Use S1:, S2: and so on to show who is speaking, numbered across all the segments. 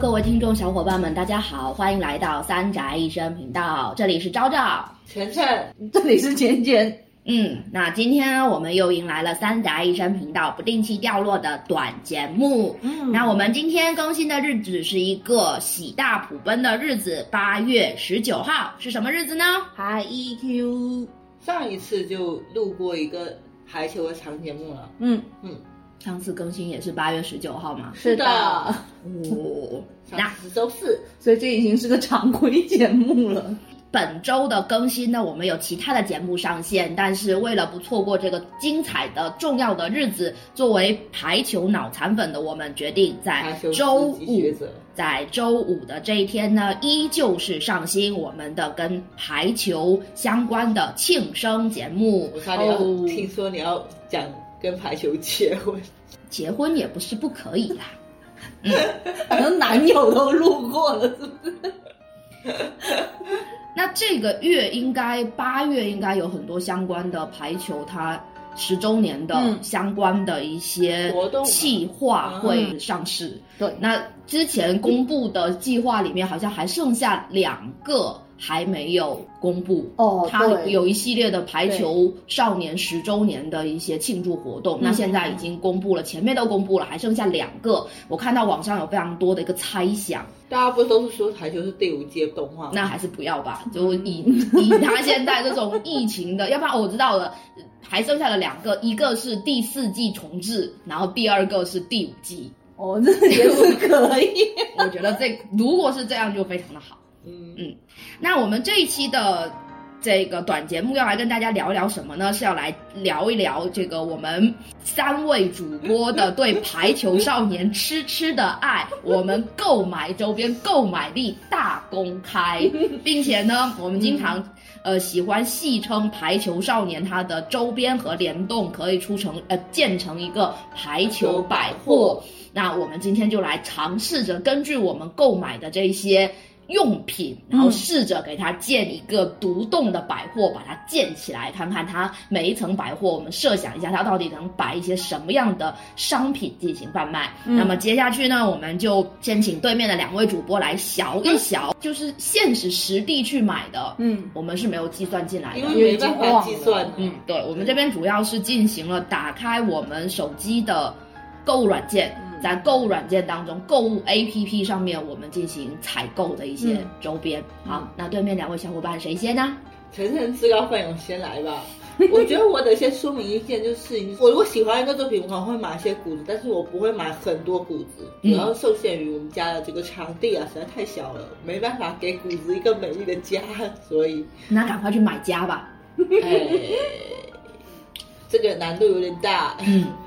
S1: 各位听众小伙伴们，大家好，欢迎来到三宅一生频道，这里是昭昭。
S2: 晨晨，这里是芊芊，
S1: 嗯，那今天呢，我们又迎来了三宅一生频道不定期掉落的短节目。
S2: 嗯
S1: 那我们今天更新的日子是一个喜大普奔的日子，八月十九号是什么日子呢？
S3: 还 EQ，
S2: 上一次就录过一个排球的长节目了，
S3: 嗯，
S1: 上次更新也是八月十九号嘛。
S3: 是的，
S1: 哦，
S2: 上
S1: 那
S2: 次周四，
S3: 所以这已经是个常规节目了。
S1: 本周的更新呢，我们有其他的节目上线，但是为了不错过这个精彩的重要的日子，作为排球脑残粉的我们，决定
S2: 排
S1: 在
S2: 球
S1: 周
S2: 四级学
S1: 五，
S2: 者，
S1: 在周五的这一天呢，依旧是上新我们的跟排球相关的庆生节目
S2: 我。差点要
S1: 哦
S2: 听说你要讲跟排球结婚，
S1: 结婚也不是不可以啦。
S3: 反正男友都路过了，是不是？
S1: 那这个月应该八月应该有很多相关的排球它十周年的
S3: 嗯啊
S1: 相关的一些
S2: 活动嘛
S1: 计划会上市。
S3: 对
S1: 那之前公布的计划里面好像还剩下两个还没有公布。
S3: 哦
S1: 它
S3: 对
S1: 有一系列的排球少年十周年的一些庆祝活动，那
S3: 嗯
S1: 现在已经公布了，前面都公布了，还剩下两个。我看到网上有非常多的一个猜想，
S2: 大家不都是说排球是第五届动画吗？
S1: 那还是不要吧，就以以他现在这种疫情的，要不然我知道了，还剩下了两个，一个是第四季重置，然后第二个是第五季。
S3: 哦，这也是可以。
S1: 我觉得这如果是这样就非常的好。
S2: 嗯
S1: 嗯那我们这一期的这个短节目要来跟大家聊一聊什么呢？是要来聊一聊这个我们三位主播的对排球少年痴痴的爱，我们购买周边购买力大公开，并且呢，我们经常。呃，喜欢戏称排球少年，它的周边和联动可以出成呃建成一个排球百货。那我们今天就来尝试着根据我们购买的这些用品，然
S3: 嗯
S1: 后试着给它建一个独栋的百货，把它建起来，看看它每一层百货，我们设想一下它到底能摆一些什么样的商品进行贩卖。
S3: 嗯
S1: 那么接下去呢，我们就先请对面的两位主播来小一小，就是现实实地去买的，
S3: 嗯，
S1: 我们是没有计算进来
S2: 因
S1: 的。
S2: 为没办法计算，啊
S1: 嗯，对，我们这边主要是进行了打开我们手机的购物软件，
S3: 嗯
S1: 在购物软件当中，购物 APP 上面我们进行采购的一些周边。
S3: 嗯
S1: 好，那对面两位小伙伴谁先呢？
S2: 晨晨自告奋勇先来吧。 我觉得我得先说明一件，就是我如果喜欢一个作品，我可能会买一些谷子，但是我不会买很多谷子，主
S1: 嗯
S2: 要受限于我们家的这个场地啊，实在太小了，没办法给谷子一个美丽的家，所以，
S1: 那赶快去买家吧。
S2: 哎， 这个难度有点大。
S1: 嗯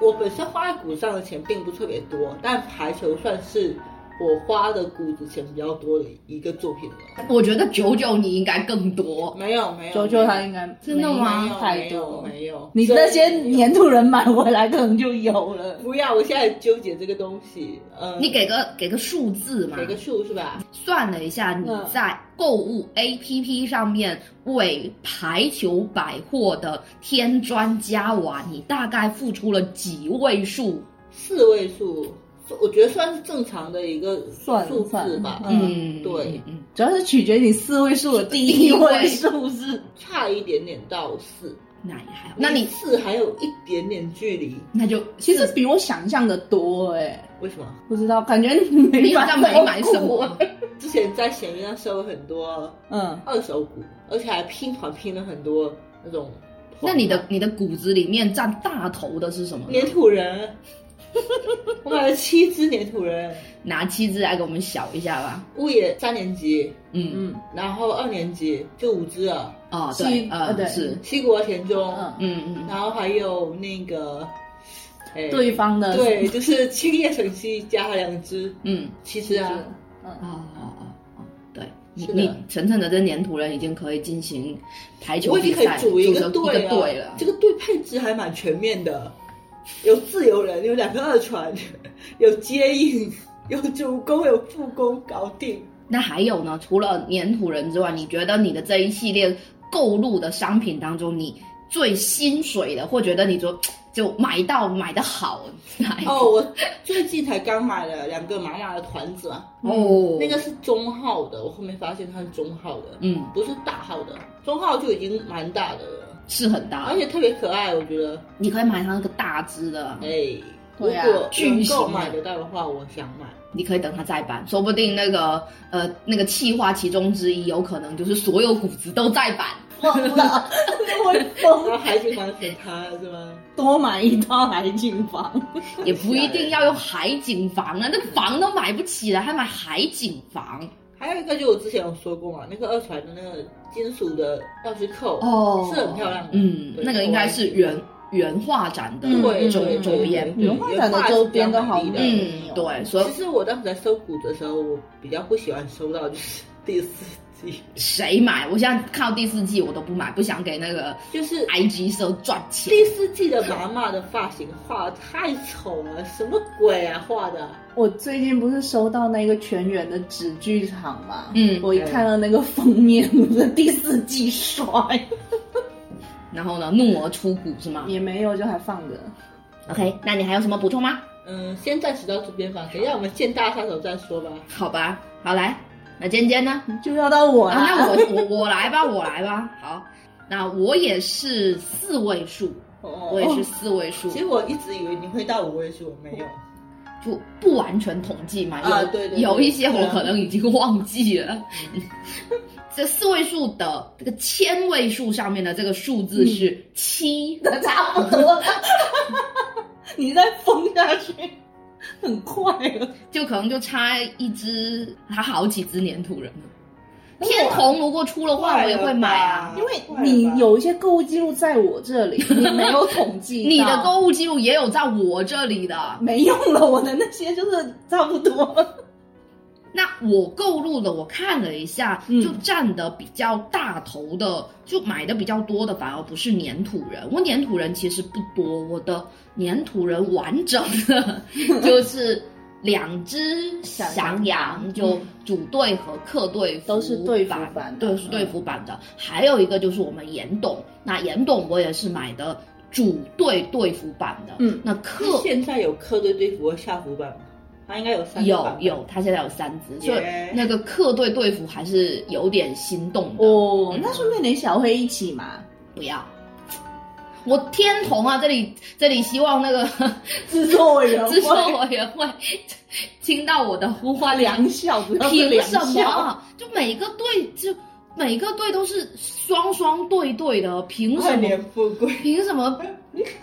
S2: 我本身花在谷上的钱并不特别多，但排球算是我花的谷子钱比较多的一个作品了。
S1: 我觉得九九你应该更多。
S2: 没有没有，
S3: 九九他应该
S1: 真的吗
S2: 没
S3: 没
S2: 有
S3: 太
S2: 没有
S3: 多。
S2: 没有，
S3: 你那些粘土人买回来可能就有了。
S2: 不要，我现在纠结这个东西。嗯，
S1: 你给个给个数字嘛
S2: 给，个数是吧？
S1: 算了一下，你
S3: 嗯
S1: 在购物 APP 上面为排球百货的添砖加瓦，你大概付出了几位数？
S2: 四位数，我觉得算是正常的一个
S3: 算
S2: 数字吧。
S3: 算
S2: 嗯，
S1: 嗯，
S2: 对
S1: 嗯，
S3: 主要是取决于你四位数的第
S1: 第一
S3: 一
S1: 位
S3: 位数字。
S2: 差一点点到四，
S1: 那也还好。那你
S2: 四还有一点点距离，
S1: 那就
S3: 其实比我想象的多哎、
S2: 为什么？
S3: 不知道，感觉你 没
S1: 你好像没买什
S3: 过
S1: 么。
S2: 之前在闲鱼上收了很多
S3: 嗯，
S2: 二手股，而且还拼团拼了很多那种团。
S1: 那你的你的骨子里面占大头的是什么呢？
S2: 粘土人， 我买了七只粘土人，
S1: 拿七只来给我们小一下吧。
S2: 物业三年级，
S1: 嗯，
S3: 嗯
S2: 然后二年级就五只了，
S1: 哦，
S3: 是
S1: 对，
S3: 呃
S1: 呃，
S3: 对
S1: 是，
S2: 西国田中，
S3: 嗯，
S1: 嗯嗯，
S2: 然后还有那个，哎
S3: 对方的
S2: 对，就是青叶城西加了两只，
S1: 嗯，
S2: 七只啊，
S1: 哦
S3: 嗯，
S1: 哦哦哦，对你
S2: 是的
S1: 你晨晨的这粘土人已经可以进行排球
S2: 我已
S1: 比
S2: 经可以
S1: 赛，
S2: 组
S1: 一
S2: 一
S1: 个
S2: 个
S1: 一
S2: 队
S1: 个队了
S2: 这。个队配置还蛮全面的，有自由人，有两个二传， 有接应， 有主攻，有副攻，搞定。
S1: 那还有呢？除了粘土人之外，你觉得你的这一系列购入的商品当中，你最心水的，或觉得你说就买到买的好哪一个？
S2: 哦，我最近才刚买了两个妈妈的团子啊，
S1: 哦
S2: 那个是中号的，我后面发现它是中号的，
S1: 嗯
S2: 不是大号的，中号就已经蛮大的了，
S1: 是很大
S2: 而，且特别可爱，我觉得。
S1: 你可以买它那个大只的，
S2: 哎，如
S3: 对啊
S2: 果
S1: 巨
S2: 能
S1: 型
S2: 够
S1: 的
S2: 买得到的话，我想买。
S1: 你可以等它再版，说不定那个呃那个气化其中之一，有可能就是所有谷子都再版。
S3: 疯了，会
S2: 然
S3: 疯，
S2: 后海景房选它是吗？
S3: 多买一套海景房，
S1: 也不一定要用海景房啊，那房都买不起了，还买海景房
S2: 还有一个就我之前有说过嘛，那个二传的那个金属的钥匙扣，
S1: 哦
S2: 是很漂亮的
S1: 嗯，
S2: 对
S1: 那个应该是原原画展的
S3: 嗯
S2: 对
S1: 周
S2: 对
S1: 周边。
S2: 对
S3: 原画展的周边都好美
S2: 嗯
S1: 嗯，对，所以
S2: 其实我当时在收谷的时候，我比较不喜欢收到就是 第四季，
S1: 谁买？我现在看到第四季我都不买，不想给那个
S2: 就是。
S1: IG 社赚钱。
S2: 第四季的妈妈的发型画得太丑了，什么鬼啊画的？
S3: 我最近不是收到那个全员的纸剧场嘛，
S1: 嗯
S3: 我一看到那个封面，我的第四季衰
S1: 然后呢，怒而出谷是吗
S3: 也没有，就还放着。
S1: ？OK，那你还有什么补充吗？
S2: 嗯，先暂时到这边吧，等一下我们见大杀手再说吧。
S1: 好吧，好来，那尖尖呢？
S3: 就要到我了，
S1: 啊，那我我我来吧，我来吧。好，那我也是四位数，
S2: 哦
S1: 我也是四位数。
S2: 其实我一直以为你会到五位数，我没有。
S1: 就不完全统计嘛，有、
S2: 啊对嗯对对
S1: 有一些
S2: 对
S1: 我
S2: 啊
S1: 可能已经忘记了。 这四位数的这个千位数上面的这个数字
S2: 嗯
S1: 是七、
S3: 差不多， 你再疯下去，很快啊了。
S1: 就可能就差一只，它好几只粘土人了。天童如果出的话，我也会买啊。
S3: 因为你有一些购物记录在我这里，你没有统计 到，
S1: 你的购物记录也有在我这里的，
S3: 没用了，我的那些就是差不多。
S1: 那我购入了，我看了一下，
S3: 嗯
S1: 就占的比较大头的，就买的比较多的，反而不是粘土人。我粘土人其实不多，我的粘土人完整的 就是两只
S3: 小
S1: 翔
S3: 羊
S1: 羊，就主队和客队
S3: 都是队服
S1: 版
S3: 版的
S1: 对，是队服版的。还有一个就是我们严董，那严董我也是买的主队队服版的，
S3: 嗯，
S1: 那客
S2: 现在有客队队服和下服版吗？它应该有三个
S1: 有
S2: 版本
S1: 有，他现在有三只，所以
S2: 耶
S1: 那个客队队服还是有点心动的。
S3: 哦，那顺便连小黑一起嘛，
S1: 不要，我天童啊，这里这里希望那个
S3: 制作委员
S1: 制
S3: 会
S1: 作委员会听到我的呼
S3: 花
S1: 唤，
S3: 两小，主要是
S1: 凭
S3: 两
S1: 什
S3: 小。
S1: 么？啊就每个队就每个队都是双双对对的，凭什
S2: 万
S1: 么
S2: 年？富贵。
S1: 凭什么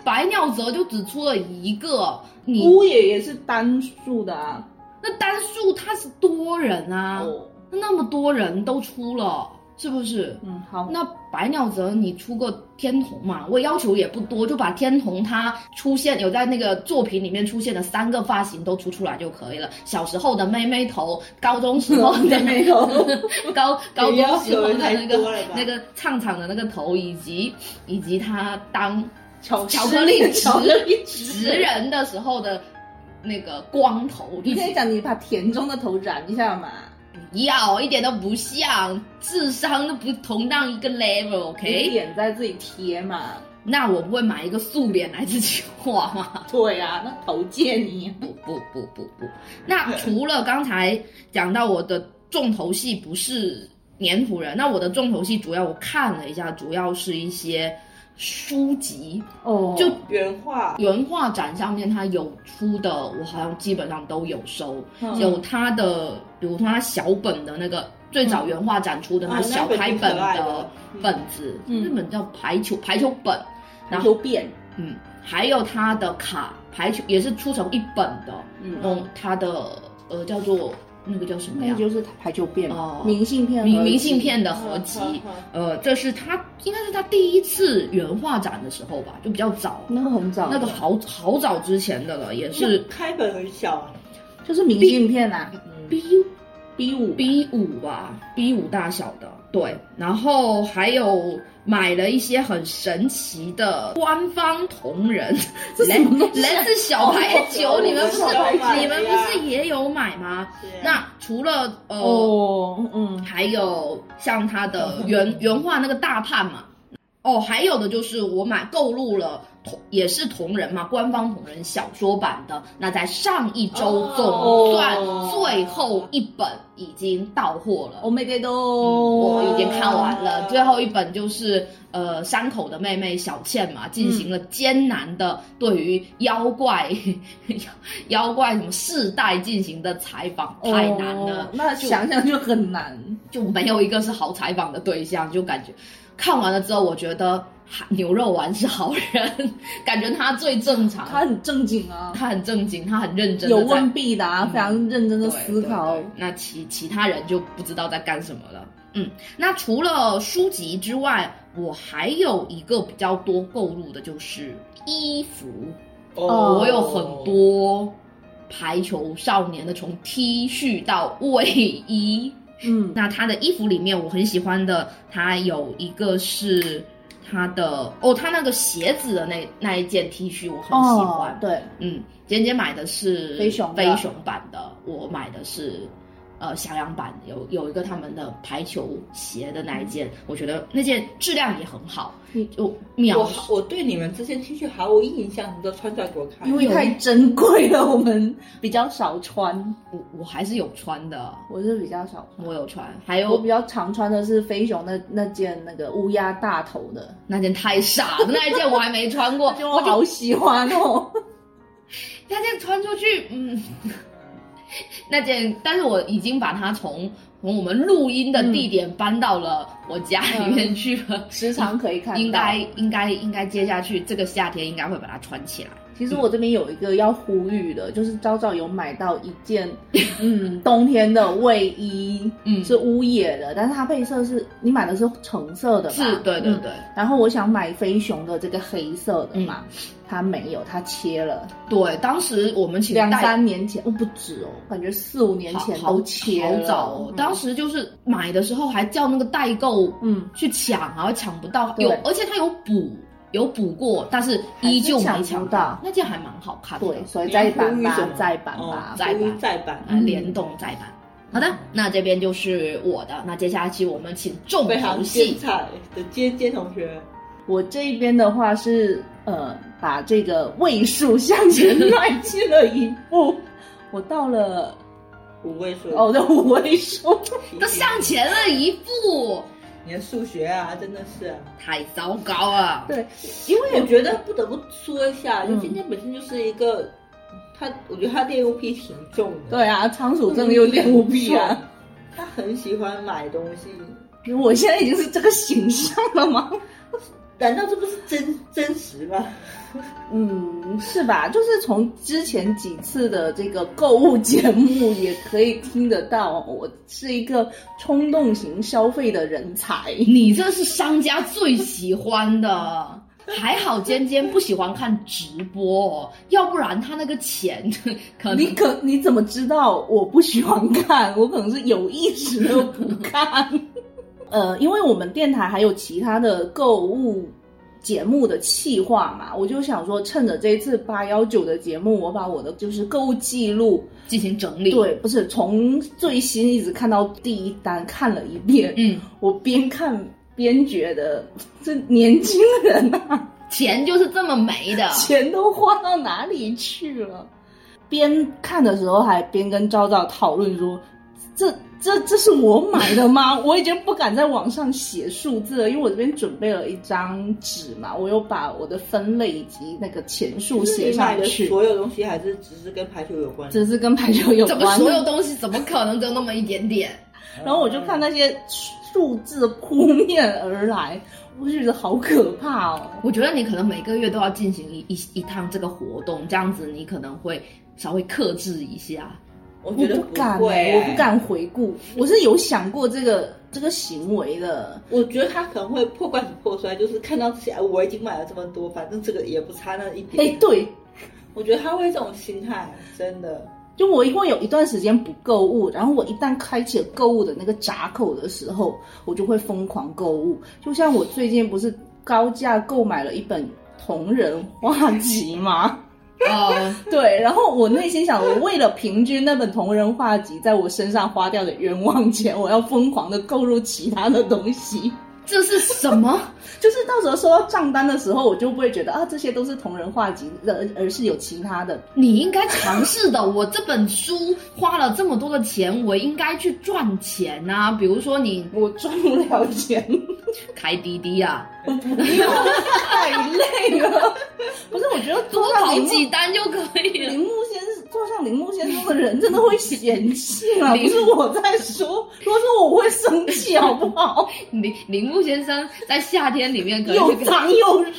S1: 白尿泽就只出了一个？你
S3: 姑爷也是单数的啊，
S1: 那单数他是多人啊，
S3: 哦，
S1: 那么多人都出了，是不是？
S3: 嗯，好，
S1: 那白鸟泽你出过天童嘛？我要求也不多，就把天童它出现有在那个作品里面出现的三个发型都出出来就可以了。小时候的妹妹头，高中时候的
S3: 妹妹头
S1: 高高
S2: 也要
S1: 中时
S2: 求
S1: 候的
S2: 也太
S1: 那
S2: 多
S1: 个
S2: 了吧
S1: 那个唱场的那个头，以及以及他当
S3: 巧
S1: 巧克力植
S3: 哦巧克力
S1: 直人的时候的那个光头，
S3: 你
S1: 就
S3: 可
S1: 是
S3: 以讲，你把田中的头染一下嘛。
S1: 不要一点都不像，智商都不同样一个 level，OK？、
S3: 你点在自己贴嘛。
S1: 那我不会买一个素脸来自己画吗？
S3: 对呀、那头借你。
S1: 不不不不不。那除了刚才讲到我的重头戏不是粘土人，那我的重头戏主要我看了一下，主要是一些书籍，
S3: 哦
S1: 就
S2: 原画
S1: 原画展上面它有出的，我好像基本上都有收，
S3: 嗯
S1: 有它的，比如它小本的那个。最早原画展出的
S2: 嗯
S1: 它小
S2: 哦那本
S1: 拍
S2: 挺可
S1: 本
S2: 爱
S1: 的
S2: 的嗯
S1: 本子，
S3: 嗯
S1: 日本叫排球排球本，然后
S3: 就变。
S1: 嗯，还有他的卡排球也是出成一本的，
S3: 嗯
S1: 嗯，他的呃叫做那个叫什么
S3: 那
S1: 呀？
S3: 就是排球变
S1: 哦
S3: 明信片，
S1: 明明信。片的合
S2: 嗯
S1: 集
S2: 嗯嗯，
S1: 呃，这是他应该是他第一次原画展的时候吧，就比较早，
S3: 那个很早，
S1: 那个好好早之前的了，也是
S2: 是开本很小啊，
S3: 就是明信片呐、啊、
S2: 嗯
S1: B
S3: ，B 五
S1: B 五吧，B 五大小的，对，然后还有买了一些很神奇的官方同人，来来自小排球，你们不是
S2: 我小买的呀
S1: 你们不是也有买吗？那除了呃，
S3: 哦，嗯，
S1: 还有像他的原原画那个大判嘛，哦，还有的就是我买购入了同也是同人嘛，官方同人小说版的。那在上一周总算
S2: 哦
S1: 最后一本已经到货了。
S3: 我没给到，
S1: 我
S3: 我
S1: 已经看完了，最后一本就是呃山口的妹妹小倩嘛，进行了艰难的对于妖怪、 妖怪什么世代进行的采访，太难了。
S3: 哦那
S1: 就
S3: 想想就很难。
S1: 就没有一个是好采访的对象，就感觉看完了之后，我觉得哈牛肉丸是好人，感觉他最正常，
S3: 他很正经啊，
S1: 他很正经，他很认真
S3: 有
S1: 的在嗯
S3: 问必答，非常认真的思考
S1: 对对。对那其其他人就不知道在干什么了。嗯，那除了书籍之外，我还有一个比较多购入的就是衣服，
S3: 哦
S1: 我有很多排球少年的，从 T 恤到卫衣。
S3: 嗯，
S1: 那他的衣服里面，我很喜欢的，他有一个是他的哦，他那个鞋子的那那一件 T 恤，我很喜欢。
S3: 哦，对，
S1: 嗯，简姐买的是
S3: 飞熊的
S1: 飞熊版的，我买的是呃小羊版，有有一个他们的排球鞋的那一件，我觉得那件质量也很好
S3: 嗯，
S1: 就秒
S2: 我好我对你们这件 T 恤毫无印象，你都穿出来给我看。
S3: 因为太珍贵了，我们比较少穿，
S1: 我我还是有穿的，
S3: 我是比较少穿。
S1: 我有穿，还
S3: 我
S1: 有
S3: 比较常穿的是飞熊那那件那个乌鸦大头的，
S1: 那件太傻了，那一件我还没穿过，
S3: 我好喜欢 哦。
S1: 那件穿出去，嗯， 那件，但是我已经把它从从我们录音的地点搬到了我家里面去了，
S3: 时常可以看到
S1: 应该应该应该接下去这个夏天应该会把它穿起来。
S3: 其实我这边有一个要呼吁的，就是早早有买到一 件，嗯，冬天的卫衣，
S1: 嗯
S3: 是乌野的，但是它配色是你买的是橙色的吧？
S1: 是，对对
S3: 嗯
S1: 对、
S3: 然后我想买飞熊的这个黑色的嘛，
S1: 嗯
S3: 它没有，它切了，
S1: 对，当时我们其实
S3: 两
S1: 带
S3: 三年前，哦不止哦，感觉四五年
S1: 好
S3: 前
S1: 好
S3: 都切
S1: 好
S3: 了，
S1: 早哦，
S3: 嗯
S1: 当时就是买的时候还叫那个代购
S3: 嗯，
S1: 去抢，然后抢不到，
S3: 对
S1: 有而且它有补有补过，但是依旧
S3: 还
S1: 没
S3: 是抢
S1: 抢
S3: 不到
S1: 那件还蛮嗯好看的。
S3: 对，所以再版
S2: 你要呼吁什
S3: 吧
S2: 么，
S3: 再版
S2: 哦
S3: 吧，
S1: 再版
S2: 再版，
S3: 嗯
S1: 啊，联动再版。好的，那这边就是我的。那接下去我们请重
S2: 非
S1: 头
S2: 常
S1: 戏
S2: 精，彩的尖尖同学，
S3: 我这边的话是呃，把这个位数向前迈进了一步， 我到了
S2: 五位数
S3: 哦，，的五位数，
S1: 都向前了一步，
S2: 你的数学啊，真的是啊、
S1: 太糟糕了。
S3: 对，
S2: 因为我觉得不得不说一下，就
S3: 嗯
S2: 今天本身就是一个，他我觉得他恋物癖挺重的，
S3: 对，啊，仓鼠真的
S1: 嗯
S3: 有点无比啊。，
S2: 他很喜欢买东西，
S3: 我现在已经是这个形象了吗？
S2: 难道这不是真真实吗？
S3: 嗯，是吧？就是从之前几次的这个购物节目也可以听得到，我是一个冲动型消费的人才。
S1: 你这是商家最喜欢的。还好尖尖不喜欢看直播、哦，要不然他那个钱 可
S3: 你
S1: 能
S3: 可你怎么知道我不喜欢看？我可能是有意识的不看。呃，因为我们电台还有其他的购物节目的企划嘛，我就想说，趁着这一次八幺九的节目，我把我的就是购物记录，
S1: 进行整理。，
S3: 对，不是从最新一直看到第一单看了一遍，
S1: 嗯，
S3: 我边看边觉得这年轻人啊，
S1: 钱就是这么没的。
S3: 钱都花到哪里去了？边看的时候还边跟赵赵讨论说：“这、这、这是我买的吗？”我已经不敢在网上写数字了，因为我这边准备了一张纸嘛，我又把我的分类以及那个钱数
S2: 就是
S3: 写
S2: 你买
S3: 上
S2: 的
S3: 去，
S2: 所有东西还是只是跟排球有关的，
S3: 只是跟排球有
S1: 怎么
S3: 关。
S1: 所有东西怎么可能只有那么一点点？
S3: 然后我就看那些数字扑面而来，我就觉得好可怕哦。
S1: 我觉得你可能每个月都要进行一一一趟这个活动，这样子你可能会稍微克制一下。
S2: 我
S3: 我
S2: 觉得
S3: 不敢、欸
S2: 会、欸
S3: 我不。敢回顾，我是有想过这个这个行为的。
S2: 我觉得他可能会破罐子破摔，就是看到这些，哎我已经买了这么多，反正这个也不差那一
S3: 哎、
S2: 点。
S3: 对，
S2: 我觉得他会这种心态，真的。
S3: 就我因为有一段时间不购物，然后我一旦开启了购物的那个闸口的时候，我就会疯狂购物。就像我最近不是高价购买了一本同人画集吗？
S1: 哦，
S3: 对，然后我内心想，我为了平均那本同人画集在我身上花掉的冤枉钱，我要疯狂的购入其他的东西。
S1: 这是什么？
S3: 就是到时候收到账单的时候，我就不会觉得啊，这些都是同人画集，而而是有其他的。
S1: 你应该尝试的。我这本书花了这么多的钱，我应该去赚钱呐、比如说你
S3: 我赚不了钱，
S1: 开滴滴啊，
S3: 太累了。不是，我觉得
S1: 多
S3: 做到
S1: 跑
S3: 铃
S1: 几
S3: 木
S1: 单就可以 了。
S3: 铃木先生坐上铃木先生的人，真的会嫌弃啊！
S1: 铃
S3: 不是我在说，如果说我会生气，好不 好？
S1: 铃铃木先生在夏天里面可
S3: 又
S1: 以去
S3: 脏又热，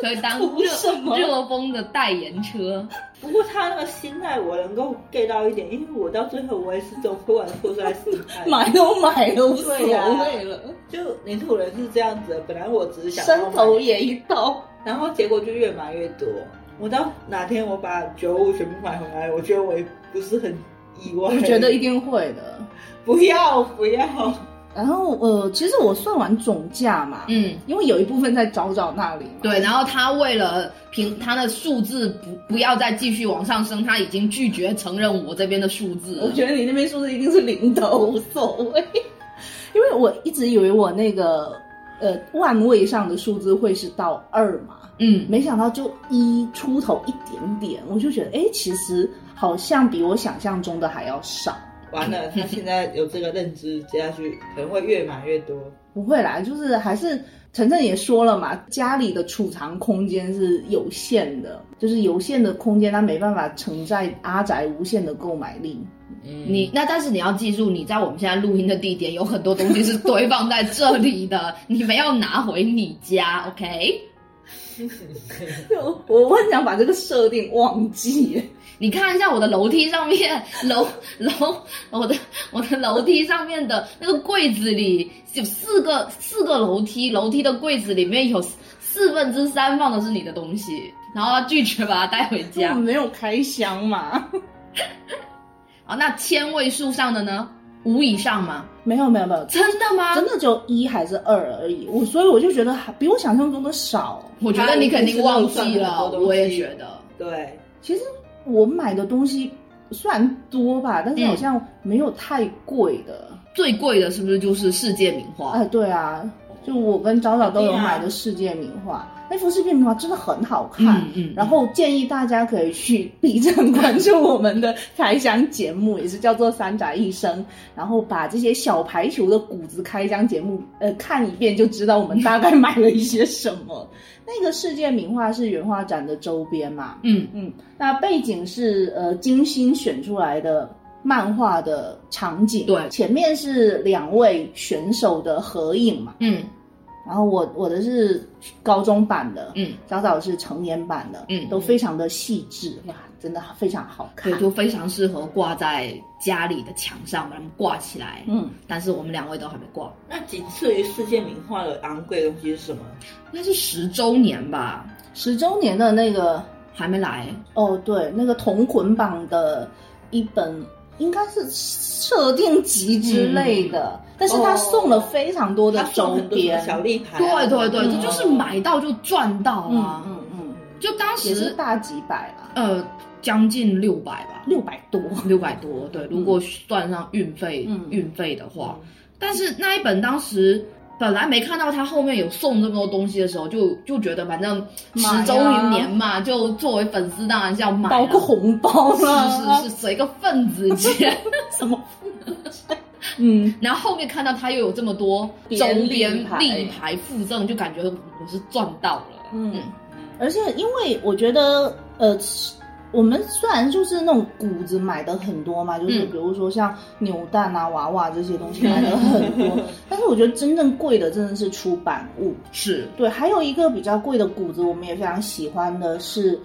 S1: 可以当
S3: 图什么
S1: 热热风的代言车。
S2: 不过他那个心态我能够 get 到一点，因为我到最后我也是这种不管错在心态。
S3: 买都买了，无所
S2: 对呀
S3: 谓了。
S2: 就领土人是这样子的，本来我只是想要
S3: 伸头
S2: 买，
S3: 也一刀，
S2: 然后结果就越买越多。我到哪天我把九五全部买回来，我觉得我也不是很意外。
S3: 我觉得一定会的。
S2: 不要不要，
S3: 然后呃，其实我算完总价嘛，
S1: 嗯，
S3: 因为有一部分在找找那里嘛，
S1: 对。然后他为了凭他的数字不不要再继续往上升，他已经拒绝承认我这边的数字
S3: 我
S1: 了。
S3: 觉得你那边说的一定是零头，无所谓。 因为我一直以为我那个呃万位上的数字会是到二嘛，
S1: 嗯，
S3: 没想到就一出头一点点，我就觉得哎，其实好像比我想象中的还要少。
S2: 完了，他现在有这个认知，接下去可能会越买越多。
S3: 不会啦，就是还是晨晨也说了嘛，家里的储藏空间是有限的，就是有限的空间，它没办法承载阿宅无限的购买力。
S2: 嗯
S1: 你那但是你要记住，你在我们现在录音的地点有很多东西是堆放在这里的，你们要拿回你家，OK？
S3: 就我我很想把这个设定忘记，
S1: 你看一下我的楼梯上面，楼楼，我的我的楼梯上面的那个柜子里有四个四个楼梯，楼梯的柜子里面有四四分之三放的是你的东西，然后他拒绝把它带回
S3: 因为我
S1: 家
S3: 们。没有开箱嘛。
S1: 啊，那千位数上的呢？五以上吗？
S3: 没有没有没有，
S1: 真的吗？
S3: 真的只有一还是二而已。我所以我就觉得还比我想象中的少。
S1: 我觉得你肯定忘
S2: 他一
S1: 记
S2: 定是
S1: 了
S2: 漏算很多，东西
S1: 我也觉得。
S2: 对，
S3: 其实我买的东西虽然多吧，但是好像没有太贵的。
S1: 最贵的是不是就是世界名画？嗯
S3: 哎，对啊，就我跟早早都有
S2: 对啊
S3: 买的世界名画，那幅世界名画真的很好看。
S1: 嗯嗯
S3: 然后建议大家可以去 B 站关注我们的开箱节目，也是叫做《三宅一生》，然后把这些小排球的谷子开箱节目，呃，看一遍就知道我们大概买了一些什么。 那个世界名画是原画展的周边嘛，
S1: 嗯，
S3: 嗯，那背景是呃精心选出来的漫画的场景，
S1: 对
S3: 前面是两位选手的合影嘛，
S1: 嗯
S3: 然后我我的是高中版的，
S1: 嗯，
S3: 早早是成年版的，
S1: 嗯
S3: 都非常的细致，
S2: 嗯
S3: 哇，真的非常好看
S1: 对，，就非常适合挂在家里的墙上，把它们挂起来。
S3: 嗯，
S1: 但是我们两位都还没挂，
S2: 那仅次于世界名画的昂贵的东西是什么？
S1: 应该是十周年吧，
S3: 十周年的那个
S1: 还没来。
S3: 哦，对，那个同捆榜的一本应该是设定集之类的，但是他
S2: 哦
S3: 送了非常多的
S2: 他送
S3: 周
S2: 很多什么
S3: 边，
S2: 小立牌啊、
S1: 对对对，
S3: 嗯
S1: 这就是买到就赚到啊！
S3: 嗯嗯。嗯
S1: 就当
S3: 也是
S1: 时
S3: 大几百啦，
S1: 呃将近六百吧，
S3: 六百多。
S1: 六百多。对，如果算上运费，
S3: 嗯
S1: 运费的话，但是那一本当时本来没看到他后面有送这么多东西的时候，就就觉得反正
S3: 买
S1: 十
S3: 啊
S1: 周年嘛，就作为粉丝当然是要买啊，
S3: 包括红包啦，
S1: 是是是，随个份子钱。
S3: 什么？ 嗯，
S1: 然后后面看到他又有这么多周
S3: 别
S1: 边
S3: 立牌
S1: 立牌附赠，就感觉我是赚到了。
S3: 嗯
S2: 嗯
S3: 而且因为我觉得，呃，我们虽然就是那种谷子买的很多嘛，就是
S1: 嗯
S3: 比如说像扭蛋啊、娃娃这些东西买的很 多，但是我觉得真正贵的真的是出版物。
S1: 是，
S3: 对，还有一个比较贵的谷子，我们也非常喜欢的是，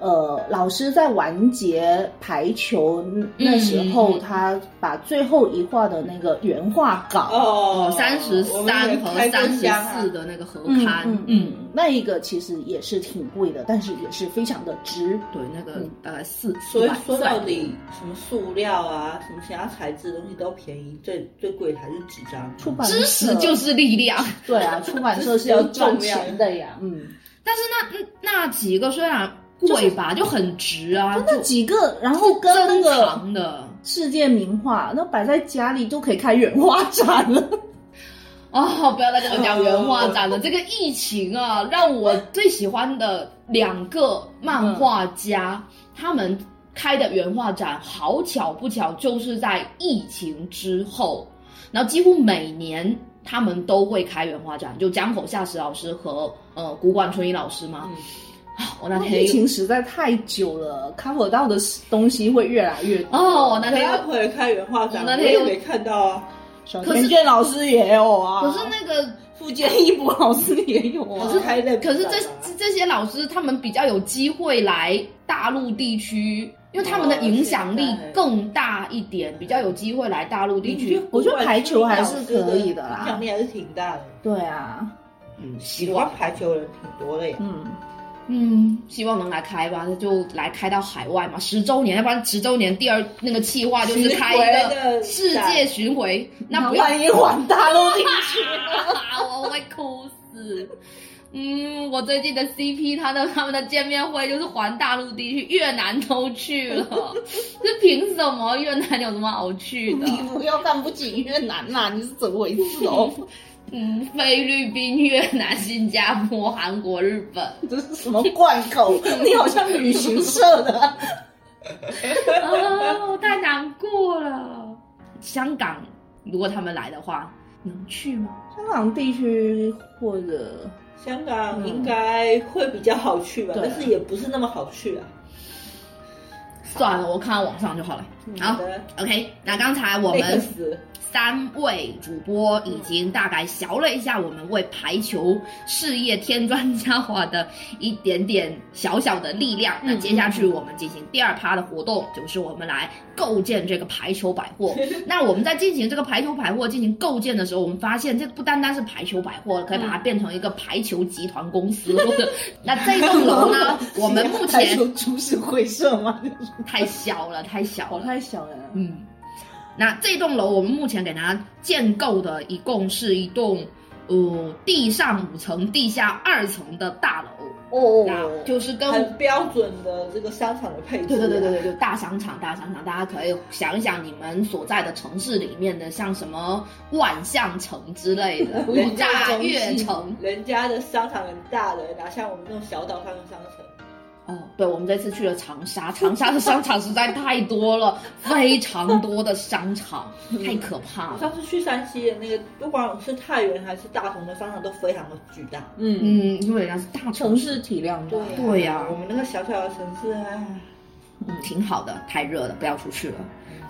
S3: 呃，老师在完结排球那时候，
S1: 嗯
S3: 他把最后一画的那个原画稿，
S2: 哦，
S1: 三十三和三十四
S2: 的，
S1: 的那个合
S3: 嗯
S1: 刊，
S3: 嗯
S1: 嗯，
S3: 嗯，那一个其实也是挺贵的，但是也是非常的值。
S1: 对，那个
S3: 嗯
S1: 大概四，
S2: 所以
S1: 400
S2: 说到底，什么塑料啊，什么其他材质的东西都便宜，最最贵的还是纸张。
S3: 出版
S1: 知识
S3: 社
S1: 就是力量。
S3: 对啊，出版社是要赚钱的呀，嗯，
S1: 但是那嗯那几个虽然贵吧，就很值啊，
S3: 那
S1: 就
S3: 几个，然后跟那
S1: 珍
S3: 个
S1: 藏的。
S3: 世界名画，那摆在家里都可以开原画展了。
S1: 哦，不要再跟我讲原画展了。这个疫情啊，让我最喜欢的两个漫画家，他们开的原画展，好巧不巧，就是在疫情之后，然后几乎每年他们都会开原画展，就江口夏实老师和呃古馆春一老师
S2: 嗯
S1: 嘛。啊，我那天
S3: 疫情实在太久了，cover 到的东西会越来越多。
S1: 哦，我那
S2: 可以
S1: 天又
S2: 回来开原画展，
S1: 那
S2: 我
S1: 天
S2: 也
S1: 有
S2: 没看到啊。
S3: 小
S1: 可是
S3: 田健老师也有啊，
S1: 可是那个
S3: 福建一博老师也有啊。
S2: 我是开那，
S1: 可是这这这些老师，他们比较有机会来大陆地区，因为他
S3: 哦
S1: 们的影响力更大一点，比较有机会来大陆地区。
S3: 我觉得排球还是可以的啦
S2: 影响力还是挺大的。
S3: 对啊，
S1: 嗯，希
S2: 喜
S1: 望
S2: 欢排球的人挺多的呀。
S3: 嗯，
S1: 嗯，希望能来开吧，那就来开到海外嘛，十周年，要不然十周年第二那个计划就是开一个世界巡回，那不要
S3: 万一还大陆地区，
S1: 我会哭死。嗯，我最近的 CP 他的他们的见面会就是环大陆地区，越南都去 了，这凭什么越南有什么好去的？
S3: 你不要看不起越南啦，你是怎么回事哦？
S1: 嗯，菲律宾、越南、新加坡、韩国、日本，
S3: 这是什么贯口？你好像旅行社的啊。
S1: 啊，我太难过了。香港，如果他们来的话，能去吗？
S3: 香港地区或 者
S2: 香港
S3: 嗯
S2: 应该会比较好去吧，
S3: 对
S2: 但是也不是那么好去啊。
S1: 算了，我看网上就好了。好
S2: 的，
S1: OK，那刚才我
S2: 累
S1: 们
S2: 得死，
S1: 三位主播已经大概聊了一下我们为排球事业添砖加瓦的一点点小小的力量。那接下去我们进行第二趴的活动，就是我们来构建这个排球百货。那我们在进行这个排球百货进行构建的时候，我们发现这不单单是排球百货，可以把它变成一个排球集团公司。或者那这栋楼呢，我们目
S3: 排
S1: 前
S3: 球株式会社吗？
S1: 太小了，太小
S3: 我
S1: 了。
S3: 太小了。
S1: 嗯，那这栋楼我们目前给它建构的，一共是一栋呃地上五层、地下二层的大楼，
S2: 哦
S1: 那就是跟
S2: 很标准的这个商场的配置、啊
S1: 对对对对对，就大商场，大商场，大家可以想一想你们所在的城市里面的，像什么万象城之类的
S3: 我以为，是
S1: 大
S3: 中
S1: 悦
S3: 信
S1: 城。
S2: 人家的商场很大的，哪像我们这种小岛上的商城？
S1: 哦，对，我们这次去了长沙，长沙的商场实在太多了，非常多的商场，太可怕
S2: 我
S1: 了。
S2: 上次去山西的那个，不管是太原还是大同的商场，都非常的巨大。
S3: 嗯，啊
S1: 嗯，因为人家是大城
S3: 城市体量大。
S1: 对啊呀
S2: 啊我们那个小小的城市啊，
S1: 挺好的，太热了，不要出去了。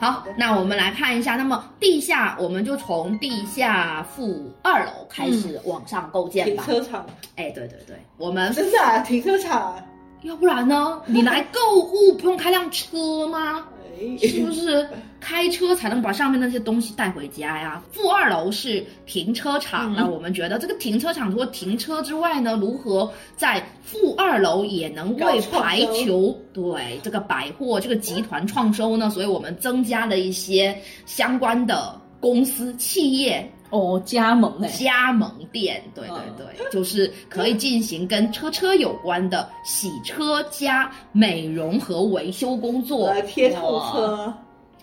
S1: 好，那我们来看一下，那么地下我们就从地下负二楼开始往上构建
S2: 停
S1: 吧。
S2: 车场，
S1: 哎，对对对，我们
S2: 真的、啊、停车场、啊，
S1: 要不然呢？你来购物不用开辆车吗？
S2: 哎，
S1: 是不是开车才能把上面那些东西带回家呀？负二楼是停车场，
S3: 嗯
S1: 那我们觉得这个停车场除了停车之外呢，如何在负二楼也能为排球对这个百货这个集团创收
S3: 嗯
S1: 呢？所以我们增加了一些相关的公司企业
S3: 哦，加盟哎、嗯
S1: 加盟店，对对对，就是可以进行跟车车有关的洗车加美容和维修工作。
S2: 来贴后车，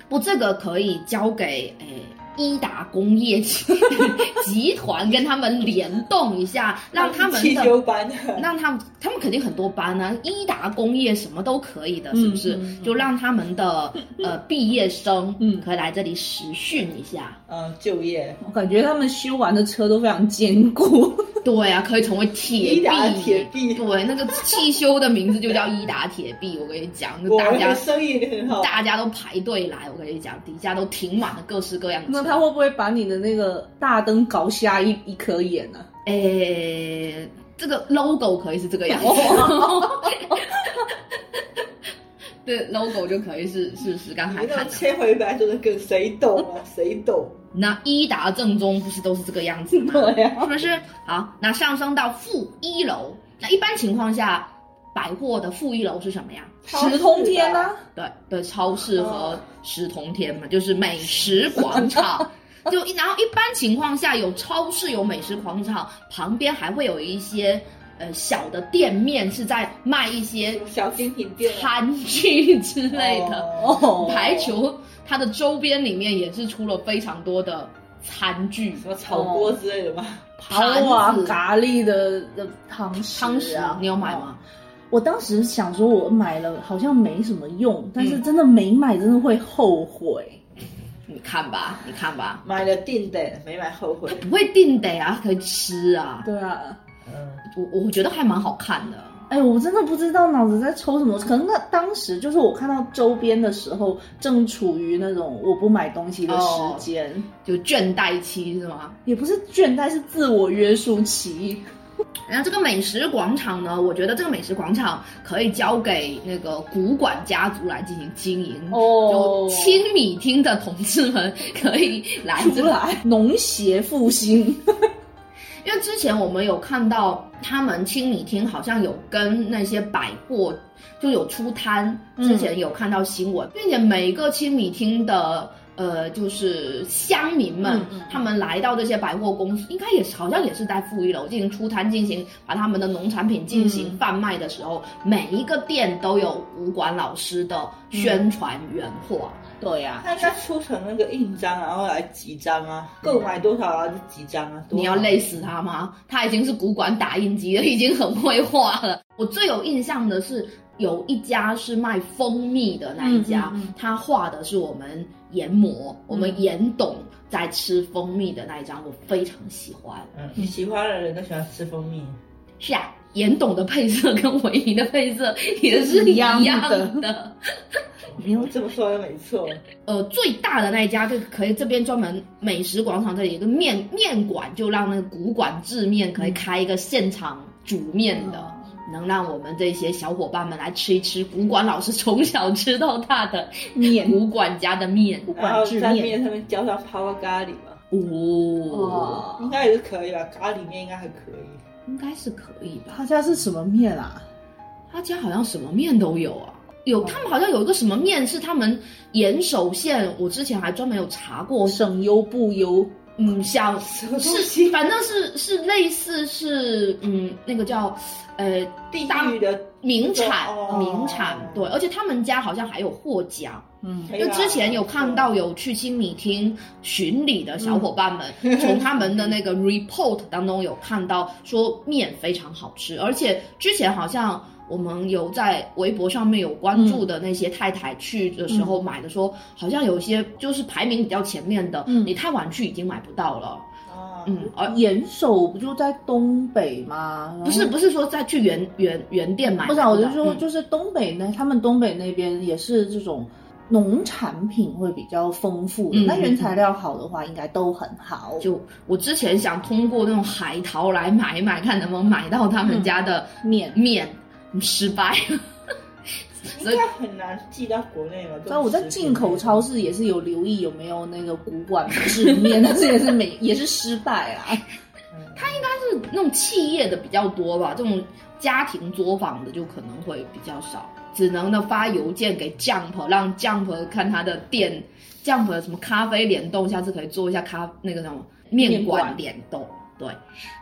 S1: 不，这个可以交给诶。伊达工业集集团跟他们联动一下， 让他们
S2: 汽
S1: 的
S2: 修班的，
S1: 让他们他们肯定很多班呢、伊达工业什么都可以的，是不是？
S3: 嗯嗯嗯
S1: 就让他们的呃毕业生
S3: 嗯
S1: 可以来这里实训一下。
S2: 嗯，就业，
S3: 我感觉他们修完的车都非常坚 固。
S1: 对啊，可以成为铁
S2: 伊达
S1: 臂。
S2: 铁臂
S1: 对，那个汽修的名字就叫伊达铁臂。我跟你讲，就
S2: 我
S1: 大
S2: 们
S1: 家
S2: 的生意很好，
S1: 大家都排队来。我跟你讲，底下都停满了各式各样的车。
S3: 那他会不会把你的那个大灯搞瞎一一颗眼啊呢、
S1: 诶、这个 logo 可以是这个样子。
S2: 哦
S1: 对，logo 就可以是是是刚
S2: 你
S1: 才
S2: 那
S1: 看
S2: 种
S1: 的。
S2: 切回白做的梗，谁懂啊？谁懂？
S1: 那伊达正宗不是都是这个样子吗？
S3: 对
S2: 啊
S3: 呀、
S1: 是不是？好，那上升到负一楼，那一般情况下，百货的负一楼是什么呀？
S3: 十
S2: 啊
S3: 通天啊呢、
S1: 对对，超市和食同天嘛，就是美食广场。就一然后一般情况下有超市有美食广场，旁边还会有一些呃小的店面是在卖一些
S2: 小精品店啊
S1: 餐具之类的。
S2: 哦
S3: 哦，
S1: 排球它的周边里面也是出了非常多的餐具，
S2: 什么炒锅之类的吗？
S3: 泡啊
S1: 盘子、啊
S3: 咖喱的的汤匙
S1: 汤匙
S3: 啊，
S1: 你有买
S3: 哦
S1: 吗？
S3: 我当时想说，我买了好像没什么用，但是真的没买，真的会后悔。
S1: 你看吧，你看吧，
S2: 买了定的，没买后悔。
S1: 不会定得啊，可以吃啊。
S3: 对啊，
S2: 嗯，
S1: 我我觉得还蛮好看的。
S3: 哎，我真的不知道脑子在抽什么。可能那当时就是我看到周边的时候，正处于那种我不买东西的时间，
S1: 就倦怠期是吗？
S3: 也不是倦怠，是自我约束期。
S1: 然后这个美食广场呢，我觉得这个美食广场可以交给那个古馆家族来进行经营。
S3: 哦
S1: 就亲米厅的同志们可以来这
S3: 出
S1: 个，
S3: 来，农协复兴。
S1: 因为之前我们有看到他们亲米厅好像有跟那些百货就有出摊，
S3: 嗯
S1: 之前有看到新闻，并且每一个亲米厅的。呃，就是乡民们，
S3: 嗯嗯嗯
S1: 他们来到这些百货公司，应该也是好像也是在负一楼进行出摊，进行把他们的农产品进行
S3: 嗯
S1: 贩卖的时候，每一个店都有武馆老师的
S3: 嗯
S1: 宣传原画。
S3: 对
S1: 啊
S3: 呀、
S2: 他应该出成那个印章，然后来集章啊，购买多少然后就集章啊。
S1: 你要
S2: 累。
S1: 累死他吗？他已经是古管打印机了，已经很会画了。我最有印象的是有一家是卖蜂蜜的那一家，
S3: 嗯嗯嗯嗯
S1: 他画的是我们研磨，我们研董在吃蜂蜜的那一张，我非常喜欢。
S2: 嗯，喜欢的人都喜欢吃蜂蜜。
S1: 是啊，严董的配色跟维尼的配色 也是一样
S3: 一样
S1: 的
S3: 嗯
S2: 没有这么说的没错。
S1: 呃，最大的那一家就可以这边专门美食广场这里有个面面馆，就让那个古馆制面
S3: 嗯
S1: 可以开一个现场煮面的，能让我们这些小伙伴们来吃一吃古馆老师从小吃到大的
S3: 面
S1: 古馆家的面。
S3: 不
S2: 然后
S3: 管制
S2: 在
S3: 面
S2: 面上面浇上泡泡咖喱嘛，
S1: 哦，
S3: 哇
S2: 应该也是可以吧？咖喱面应该还可以。
S1: 应该是可以吧？
S3: 他家是什么面啊？
S1: 他家好像什么面都有啊。有，他们好像有一个什么面是他们岩手县，我之前还专门有查过，
S3: 省优不优？
S1: 嗯，像
S2: 么东
S1: 是反正是是类似是嗯那个叫呃
S2: 地
S1: 大
S2: 域的
S1: 名产
S2: 哦
S1: 名产对，而且他们家好像还有获奖，
S3: 嗯
S2: 可以
S1: 因为
S2: 吧
S1: 之前有看到有去新米厅巡礼的
S3: 嗯
S1: 小伙伴们， 从他们的那个 report 当中有看到说面非常好吃，而且之前好像。我们有在微博上面有关
S3: 嗯
S1: 注的那些太太去的时候买的说，好像有些就是排名比较前面的，
S3: 嗯
S1: 你太晚去已经买不到了。
S2: 啊，
S1: 嗯，而
S3: 岩手不就在东北吗？然后
S1: 不是不是说再去原原原店买，
S3: 不是啊，我就说
S1: 嗯
S3: 就是东北那，他们东北那边也是这种农产品会比较丰富的
S1: 嗯，
S3: 那
S1: 嗯
S3: 原材料好的话应该都很好。
S1: 就我之前想通过那种海淘来买一买，看能不能买到他们家的
S3: 嗯面，
S1: 面，失败 了。
S2: 应该很难寄到国内吧？
S3: 所以啊我在进口超市也是有留意有没有那个古管制面，但是也是没也是失败啊。
S1: 嗯
S2: 他应
S1: 但是那种企业的比较多吧，这种家庭作坊的就可能会比较少，只能呢发邮件给 Jump，让 Jump 看他的店 Jump 的什么咖啡联动，下次可以做一下咖那个什么面
S3: 面
S1: 馆
S3: 馆
S1: 联动。对，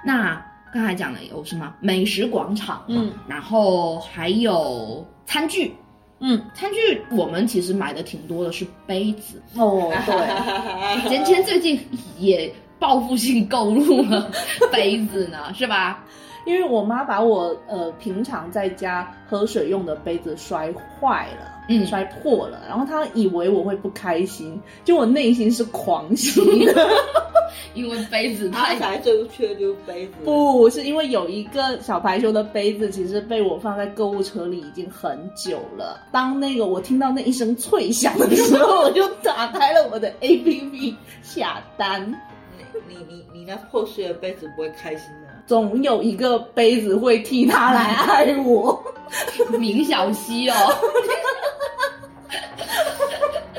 S1: 那刚才讲的有什么美食广场，
S3: 嗯
S1: 然后还有餐具。
S3: 嗯，
S1: 餐具我们其实买的挺多的，是杯子。
S3: 哦 对，
S2: 该
S1: 芊芊最近也报复性购入 了杯子呢，是吧？
S3: 因为我妈把我呃平常在家喝水用的杯子摔坏了。
S1: 嗯
S3: 摔破了，然后她以为我会不开心，就我内心是狂喜的，
S1: 因为杯子
S2: 他
S1: 太
S2: 小孩最不缺的就是杯子。，
S3: 不是因为有一个小排球的杯子，其实被我放在购物车里已经很久了。当那个我听到那一声脆响的时候，我就打开了我的 APP 下单。
S2: 你你你你那破碎的杯子不会开心的。
S3: 总有一个杯子会替他来爱我，
S1: 明晓溪哦，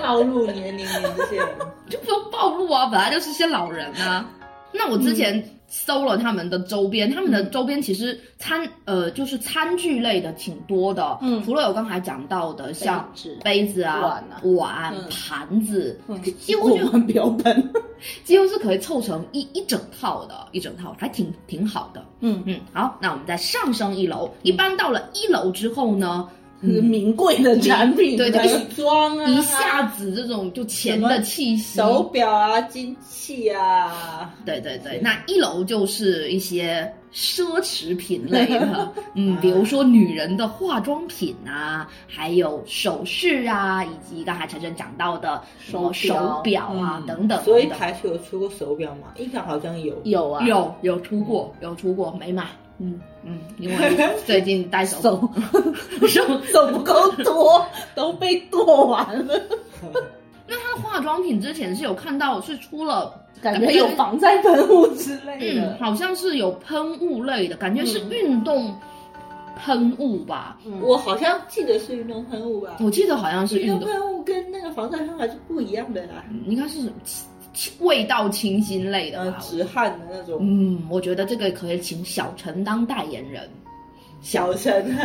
S2: 暴露年龄，你这些人，
S1: 就不用暴露啊，本来就是些老人啊。那我之前搜了他们的周边，他们
S3: 嗯
S1: 的周边其实餐呃就是餐具类的挺多的，
S3: 嗯
S1: 除了有刚才讲到的像
S3: 纸
S1: 杯子啊、
S3: 碗啊
S1: 碗
S3: 嗯
S1: 盘子，
S3: 几乎就很标本。
S1: 几乎是可以凑成一一整套的，一整套还挺挺好的。
S3: 嗯，
S1: 嗯，好，那我们再上升一楼。一般到了一楼之后呢，嗯
S3: 名贵的产品，
S1: 对对
S2: 美妆啊，
S1: 一下子这种就钱的气息，
S2: 手表啊，金器啊，
S1: 对对对，那一楼就是一些奢侈品类 的，嗯，比如说女人的化妆品啊，还有首饰啊，以及刚才晨晨讲到的什么
S3: 手表
S1: 手表啊、
S2: 嗯
S1: 等等。
S2: 所以
S1: 等等
S2: 排球有出过手表吗？印象好像有，
S3: 有啊，
S1: 有有出过，有出过，没买。
S3: 嗯，
S1: 嗯，因 为最近戴手
S3: 手
S1: 手。
S3: 手不够多，都被剁完了，
S1: 那它的化妆品之前是有看到是出了，
S3: 感觉有防晒喷雾之类
S1: 嗯，
S3: 的。
S1: 好像是有喷雾类的，感觉是运动喷雾吧？
S2: 我好像记得是运动喷雾吧。
S1: 我记得好像是
S2: 运
S1: 运
S2: 动
S1: 动。
S2: 喷雾跟那个防晒喷还是不一样的啦，
S1: 应该是什么清清味道清新类的
S2: 呃，
S1: 吧。
S2: 止汗的那种
S1: 嗯，我觉得这个可以请小陈当代言人。
S2: 小 陈，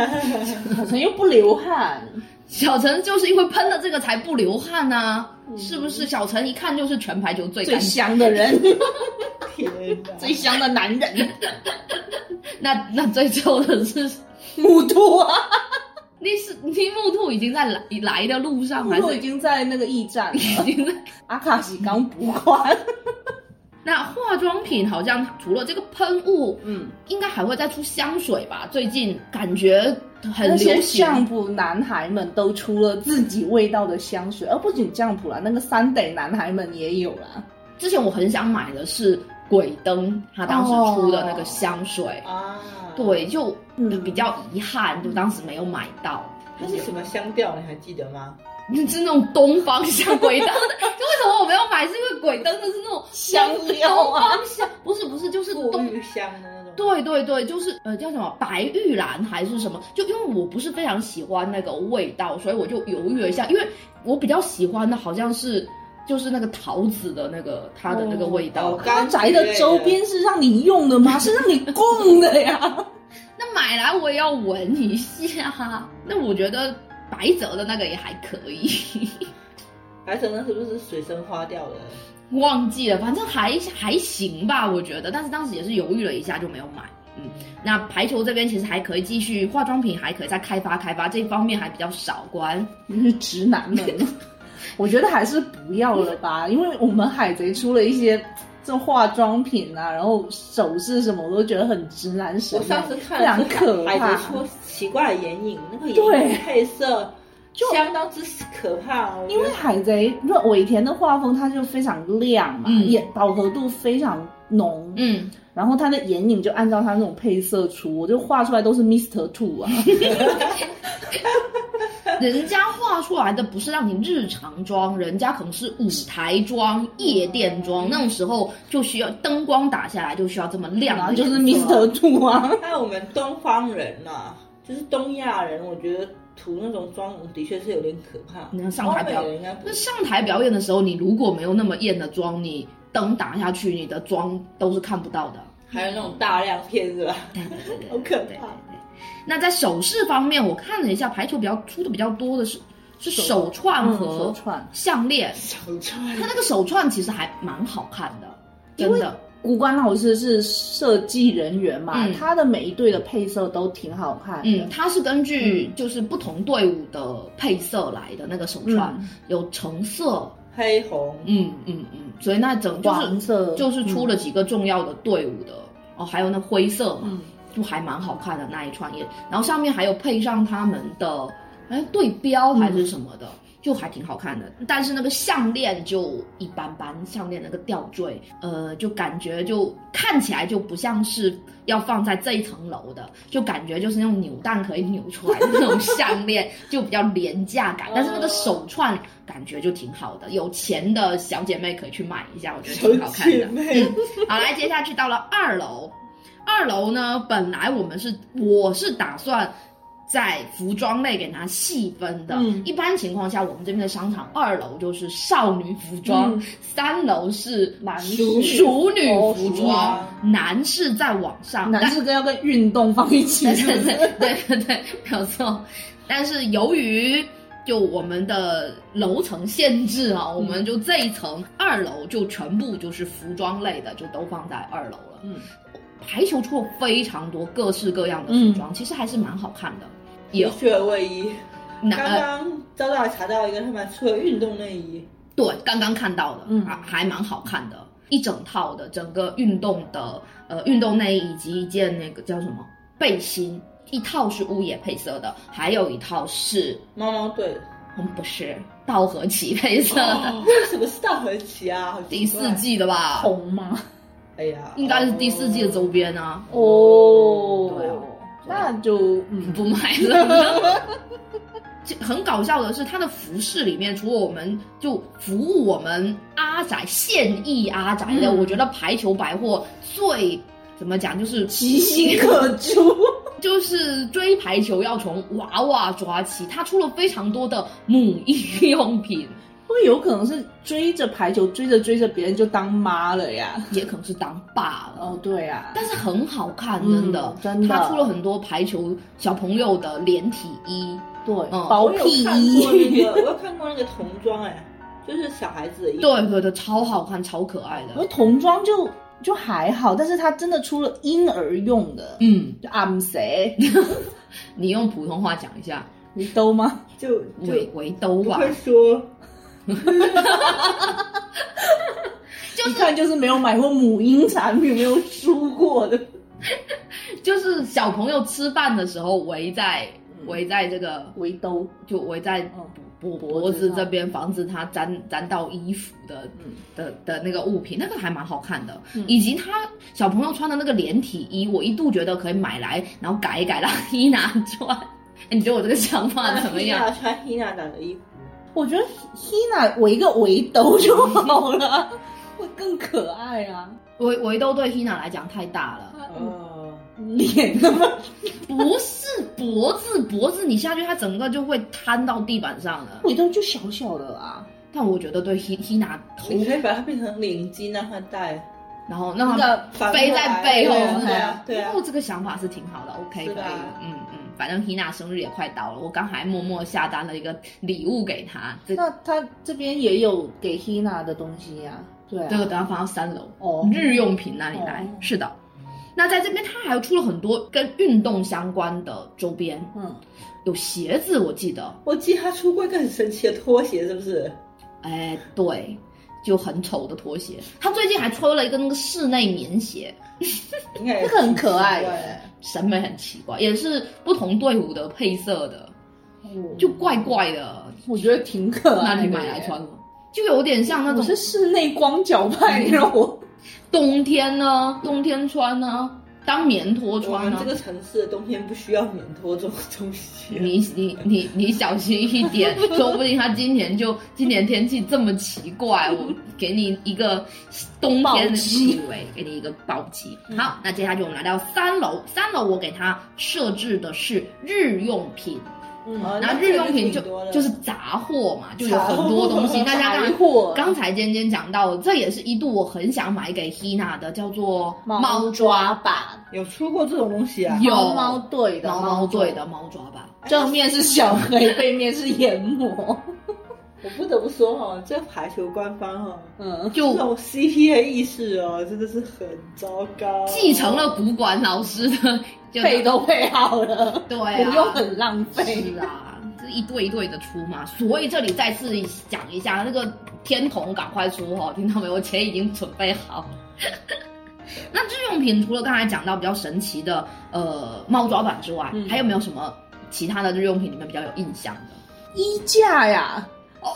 S3: 小陈又不流汗，
S1: 小陈就是因为喷了这个才不流汗啊，是不是？小陈一看就是全排球最
S3: 最
S1: 干净。
S3: 香的 人，
S2: 天哪！
S3: 最香的男人，
S1: 那那最臭的是
S3: 木兔啊，
S1: 你是你木兔已经在来来的路上，还
S3: 木兔
S1: 是
S3: 已
S1: 已
S3: 经在那个驿站 了，
S1: 经在？
S3: 阿卡西刚补款。
S1: 那化妆品好像除了这个喷雾，
S3: 嗯，
S1: 应该还会再出香水吧？最近感觉很
S3: 那些
S1: 流行。
S3: 相扑男孩们都出了自己味道的香水，而不仅相扑啦，那个三得男孩们也有啦。
S1: 之前我很想买的是鬼灯，他当时出的那个香水，
S3: 哦
S2: 啊，，
S1: 对，就
S3: 嗯
S1: 比较遗憾，就当时没有买到。
S2: 它是什么香调？你还记得吗？
S1: 是那种东方香鬼灯的， 就为什么我没有买？是因为鬼灯的是那种
S3: 香料
S1: 东
S3: 啊
S1: 方香，不是不是，就是
S2: 馥
S1: 东。
S2: 郁香的那种。
S1: 对对对，就是呃叫什么白玉兰还是什么？就因为我不是非常喜欢那个味道，所以我就犹豫了一下，因为我比较喜欢的好像是就是那个桃子的那个它的那个味道。
S2: 哦
S3: 阿宅的周边是让你用的吗？是让你供的呀。
S1: 那买来我也要闻一下。那我觉得白泽的那个也还可以，
S2: 白橙那是不是水生花掉的？
S1: 忘记了，反正还还行吧，我觉得。但是当时也是犹豫了一下，就没有买。嗯，那排球这边其实还可以继续，化妆品还可以再开发开发，这一方面还比较少关。
S3: 你是直男们， 我觉得还是不要了吧，因为我们海贼出了一些这化妆品啊，然后首饰什么，我都觉得很直男审
S2: 我
S3: 美，
S2: 上次看
S3: 非常
S2: 了
S3: 可
S2: 海
S3: 怕
S2: 贼。说奇怪的眼影，那个眼
S3: 对
S2: 影配色
S3: 就
S2: 相当之可怕。我觉
S3: 因为
S2: 得
S3: 海贼，那尾田的画风它就非常亮嘛，
S1: 嗯
S3: 也饱和度非常浓，
S1: 嗯，
S3: 然后它的眼影就按照它那种配色出，我就画出来都是 Mister Two 啊，
S1: 人家画出来的不是让你日常妆，人家可能是舞台妆、夜店妆，那种时候就需要灯光打下啊来就需要这么亮
S3: 然后
S1: 的颜色，
S3: 就是 Mister Two 啊。
S2: 还有我们东方人呐、就是东亚人，我觉得涂那种妆容的确是有点可怕。
S1: 你看上台
S2: 欧美
S1: 表
S2: 人应该不
S1: 那上台表演的时候，你如果没有那么艳的妆，你灯打下去，你的妆都是看不到的。
S2: 还有那种大亮片是吧？
S1: 对对对对
S2: 好可
S1: 对
S2: 怕。
S1: 那在首饰方面，我看了一下，排球比较出的比较多的是是手串
S3: 嗯
S1: 和
S3: 手串
S1: 项链。
S2: 小川
S1: 它那个手串其实还蛮好看的，
S3: 因
S1: 真
S3: 为
S1: 的。
S3: 古关老师是设计人员嘛，
S1: 嗯
S3: 他的每一对的配色都挺好看的。
S1: 嗯，它是根据就是不同队伍的配色来的那个手串，
S3: 嗯
S1: 有橙色，
S2: 黑红，
S1: 嗯嗯嗯，所以那整就是
S3: 黄色嗯
S1: 就是出了几个重要的队伍的、哦，还有那灰色嘛，
S2: 嗯
S1: 就还蛮好看的那一串也，然后上面还有配上他们的哎对标还是什么
S3: 嗯
S1: 的。就还挺好看的，但是那个项链就一般般，项链那个吊坠，呃，就感觉就看起来就不像是要放在这一层楼的，就感觉就是那种扭蛋可以扭出来的那种项链，就比较廉价感。但是那个手串感觉就挺好的，有钱的小姐妹可以去买一下，我觉得挺好看的。
S2: 小姐妹
S1: 嗯好，来，接下去到了二楼。二楼呢，本来我们是我是打算在服装类给它细分的。
S3: 嗯
S1: 一般情况下，我们这边的商场二楼就是少女服装，
S3: 嗯
S1: 三楼是
S3: 男
S1: 熟
S3: 士
S1: 熟女
S3: 哦
S1: 服
S3: 熟
S1: 装，
S2: 啊
S1: 男士在往上，
S3: 男士跟要跟运动放一 起，
S1: 对
S3: 是不
S1: 对对
S3: 是
S1: 对对对，没有错。但是由于就我们的楼层限制啊，我们就这一层二楼就全部就是服装类的，就都放在二楼了。
S3: 嗯，
S1: 排球出了非常多各式各样的服装，其实还是蛮好看的。有
S2: 趣的卫衣。
S1: 那
S2: 刚
S1: 呃
S2: 刚招到查到一个他们出的运动内衣，
S1: 对，刚刚看到的，
S3: 嗯
S1: 还还蛮好看的，一整套的整个运动的呃运动内衣以及一件那个叫什么背心，一套是屋野配色的，还有一套是
S2: 猫猫队的。
S1: 嗯不是稻荷崎配色的，
S3: 哦
S2: 为什么是大合集啊？好奇怪
S1: 第四，季的吧，
S3: 红吗？
S2: 哎呀，
S1: 应该是第四季的周边啊，
S3: 哦
S1: 对啊
S3: 那就嗯，
S1: 不买了。 这很搞笑的是，它的服饰里面，除了我们就服务我们阿宅现役阿宅的，
S3: 嗯
S1: 我觉得排球百货最怎么讲，就是
S3: 其心可诛。
S1: 就是追排球要从娃娃抓起，它出了非常多的母婴用品，
S3: 会有可能是追着排球，追着追着别人就当妈了呀。
S1: 也可能是当爸了。
S3: 哦，对呀、
S1: 但是很好看，
S3: 嗯
S1: 真的，
S3: 真的
S1: 它出了很多排球小朋友的连体衣，
S3: 对，
S1: 嗯
S3: 包
S2: 我有
S3: 屁
S2: 看过那
S3: 衣。
S2: 个，我有看过那个童装，哎，就是小孩子的衣服。
S1: 对对对，超好看，超可爱
S3: 我
S1: 的。
S3: 童装就就还好，但是它真的出了婴儿用的，
S1: 嗯，
S3: 就 I'm 谁，
S1: 你用普通话讲一下，
S3: 你兜吗？
S2: 就就
S1: 围围兜啊
S2: 不
S1: 吧，
S2: 会说，
S1: 就是
S3: 一看就是没有买过母婴产品，没有梳过的。
S1: 就是小朋友吃饭的时候围在围在这个
S3: 围兜，
S1: 就围在
S3: 嗯
S1: 脖
S3: 脖
S1: 脖
S3: 子
S1: 子
S3: 上
S1: 这边，防止它沾沾到衣服的
S3: 嗯
S1: 的的那个物品，那个还蛮好看的
S3: 嗯。
S1: 以及他小朋友穿的那个连体衣，我一度觉得可以买来，然后改一改让 伊娜穿。哎你觉得我这个想
S3: 啊
S1: 法怎么样？
S2: 那 Hina 穿 Hina 长的衣服，
S3: 我觉得 Hina 围个围兜就好了， 会更可爱啊。
S1: 围围兜对伊娜来讲太大了。
S3: 她
S2: 哦，
S3: 脸那么
S1: 不是脖子，脖子你下去，它整个就会瘫到地板上了。
S3: 围兜就小小的啊。
S1: 但我觉得对 Hi Hina 头，
S2: 你可以把它变成领巾让它戴，
S1: 然后让它
S3: 那个
S2: 反过来
S1: 背在背后，
S2: 对啊，对啊
S1: 哦，，这个想法是挺好的，OK，可
S2: 是
S1: 以
S2: 的啊，
S1: 嗯嗯，反正 Hina 生日也快到了，我刚还默默下单了一个礼物给她，
S2: 啊
S1: 这
S3: 那他这边也有给 Hina 的东西呀、对啊，
S1: 这个等下放到三楼
S3: 哦
S1: 日用品那里来
S3: 哦，
S1: 是的。那在这边，它还出了很多跟运动相关的周边，
S3: 嗯，
S1: 有鞋子，我记得，
S2: 我记得他出过一个很神奇的拖鞋，是不是？
S1: 哎，对，就很丑的拖鞋。他最近还出了一个那个室内棉鞋，
S2: 应该
S3: 这个很可爱
S2: 对
S3: 耶，
S1: 审美很奇怪，也是不同队伍的配色的，就怪怪的。
S3: 我觉得挺可爱
S1: 哎那
S3: 的。
S1: 你买来穿？吗？就有点像那
S3: 我
S1: 种
S3: 是室内光脚派，你让我
S1: 冬天呢，冬天穿呢，当棉拖
S2: 我
S1: 穿
S2: 们
S1: 呢
S2: 这。个城市的冬天不需要棉拖这种东西。啊
S1: 你你你你小心一点，说不定他今年就今年天气这么奇怪，我给你一个冬天
S3: 暴
S1: 的
S3: 击
S1: 气味，给你一个暴击。好，那接下去我们来到三楼，三楼我给他设置的是日用品，
S2: 哦
S1: 嗯然后
S2: 这
S1: 日
S2: 个
S1: 用品就
S2: 挺多的
S1: 就是杂货嘛，就有很多东西。
S3: 杂货
S1: 大家刚
S3: 杂货
S1: 才刚才尖尖讲到，这也是一度我很想买给 Hina 的，叫做猫
S3: 抓板，
S2: 有出过这种东西啊？
S1: 有
S3: 猫猫队的
S1: 猫猫队的，猫抓吧。
S3: 正面是小黑，背面是研磨。
S2: 我不得不说哈、哦，这排球官方哈、哦，
S3: 嗯，
S1: 就
S2: 这种 CP 的意识哦，真的是很糟糕。
S1: 继承了古管老师的就
S3: 配都配好了，
S1: 对
S3: 不用
S1: 啊，
S3: 很 浪费。
S1: 是啊，这一对一对的出嘛，所以这里再次讲一下，那个天童赶快出哦，听到没有？我钱已经准备好 了。那日用品除了刚才讲到比较神奇的呃猫抓板之外，
S3: 嗯
S1: 还有没有什么其他的日用品里面比较有印象的？
S3: 衣架呀，
S1: 哦，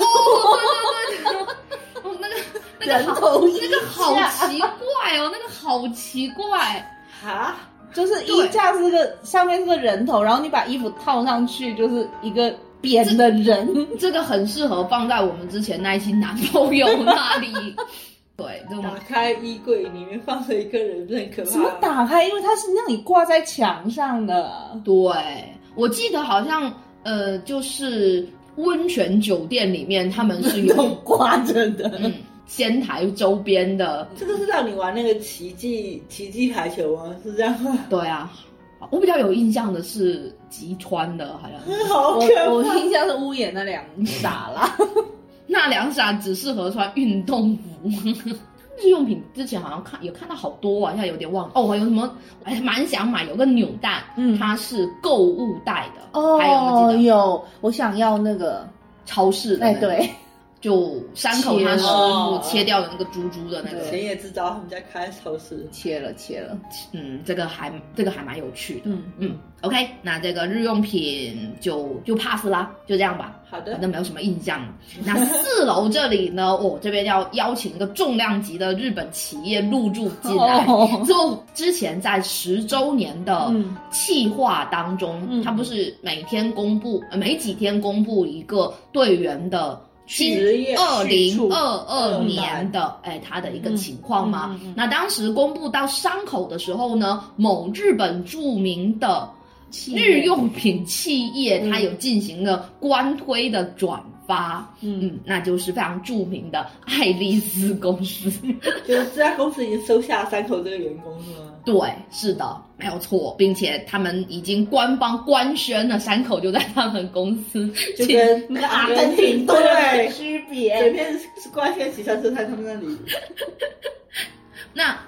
S1: 对对对对，哦那个那
S3: 人
S1: 个好
S3: 头衣
S1: 那个好
S3: 架
S1: 奇怪哦，那个好奇怪。
S2: 哈，
S3: 就是衣
S1: 对
S3: 架是个上面是个人头，然后你把衣服套上去，就是一个扁的人。
S1: 这个很适合放在我们之前那一期男朋友那里。 对，这种
S2: 打开衣柜里面放着一个人，不是很可怕？
S3: 怎么？打开？因为它是让你挂在墙上的。
S1: 对，我记得好像呃，就是温泉酒店里面他们是
S3: 有
S1: 有
S3: 挂着的，
S1: 嗯仙台周边的，
S2: 这个是让你玩那个奇迹奇迹排球吗？是这样 吗？
S1: 对啊。我比较有印象的是吉川的，好像 是
S2: 好
S3: 我
S2: 可
S3: 我
S2: 怕！
S3: 印象是屋檐那两傻啦，
S1: 那两伞只适合穿运动服。日用品之前好像看有看到好多啊，现在有点忘了。哦，还有什么我还蛮想买，有个扭蛋，
S3: 嗯
S1: 它是购物袋的，
S3: 哦，
S1: 还有我记得
S3: 有，我想要那个，
S1: 超市的、
S3: 哎，
S1: 那个，
S3: 对，
S1: 就山口他师
S2: 哦
S1: 傅切掉的那个珠珠的那个，
S2: 谁也知道他们家开超市，
S3: 切了切了，
S1: 嗯，这个还这个还蛮有趣的。
S3: 嗯，
S1: 嗯，OK，那这个日用品就就 pass 啦，就这样吧，
S2: 好
S1: 反
S2: 的，
S1: 正没有什么印象。那四楼这里呢，我、这边要邀请一个重量级的日本企业入驻嗯进来。
S3: 哦，
S1: 就之前在十周年的
S3: 嗯
S1: 企划当中，
S3: 嗯
S1: 他不是每天公布、呃每几天公布一个队员的今
S2: 职业
S1: 二
S2: 去
S1: 零
S2: 处
S1: 二二年的哎他的一个情况吗？
S3: 嗯嗯嗯嗯嗯
S1: 那当时公布到山口的时候呢，某日本著名的日用品企业，
S3: 嗯
S1: 它有进行了官推的转发，
S3: 嗯，
S1: 嗯，那就是非常著名的爱丽丝公司。
S2: 就是这家公司已经收下山口这个员工是吗？
S1: 对，是的，没有错，并且他们已经官方官宣了，山口就在他们公司，
S2: 就跟
S3: 那个阿根廷都有
S2: 对，
S3: 区
S2: 随
S3: 别，
S2: 便是挂线骑上车在他们那里，
S1: 那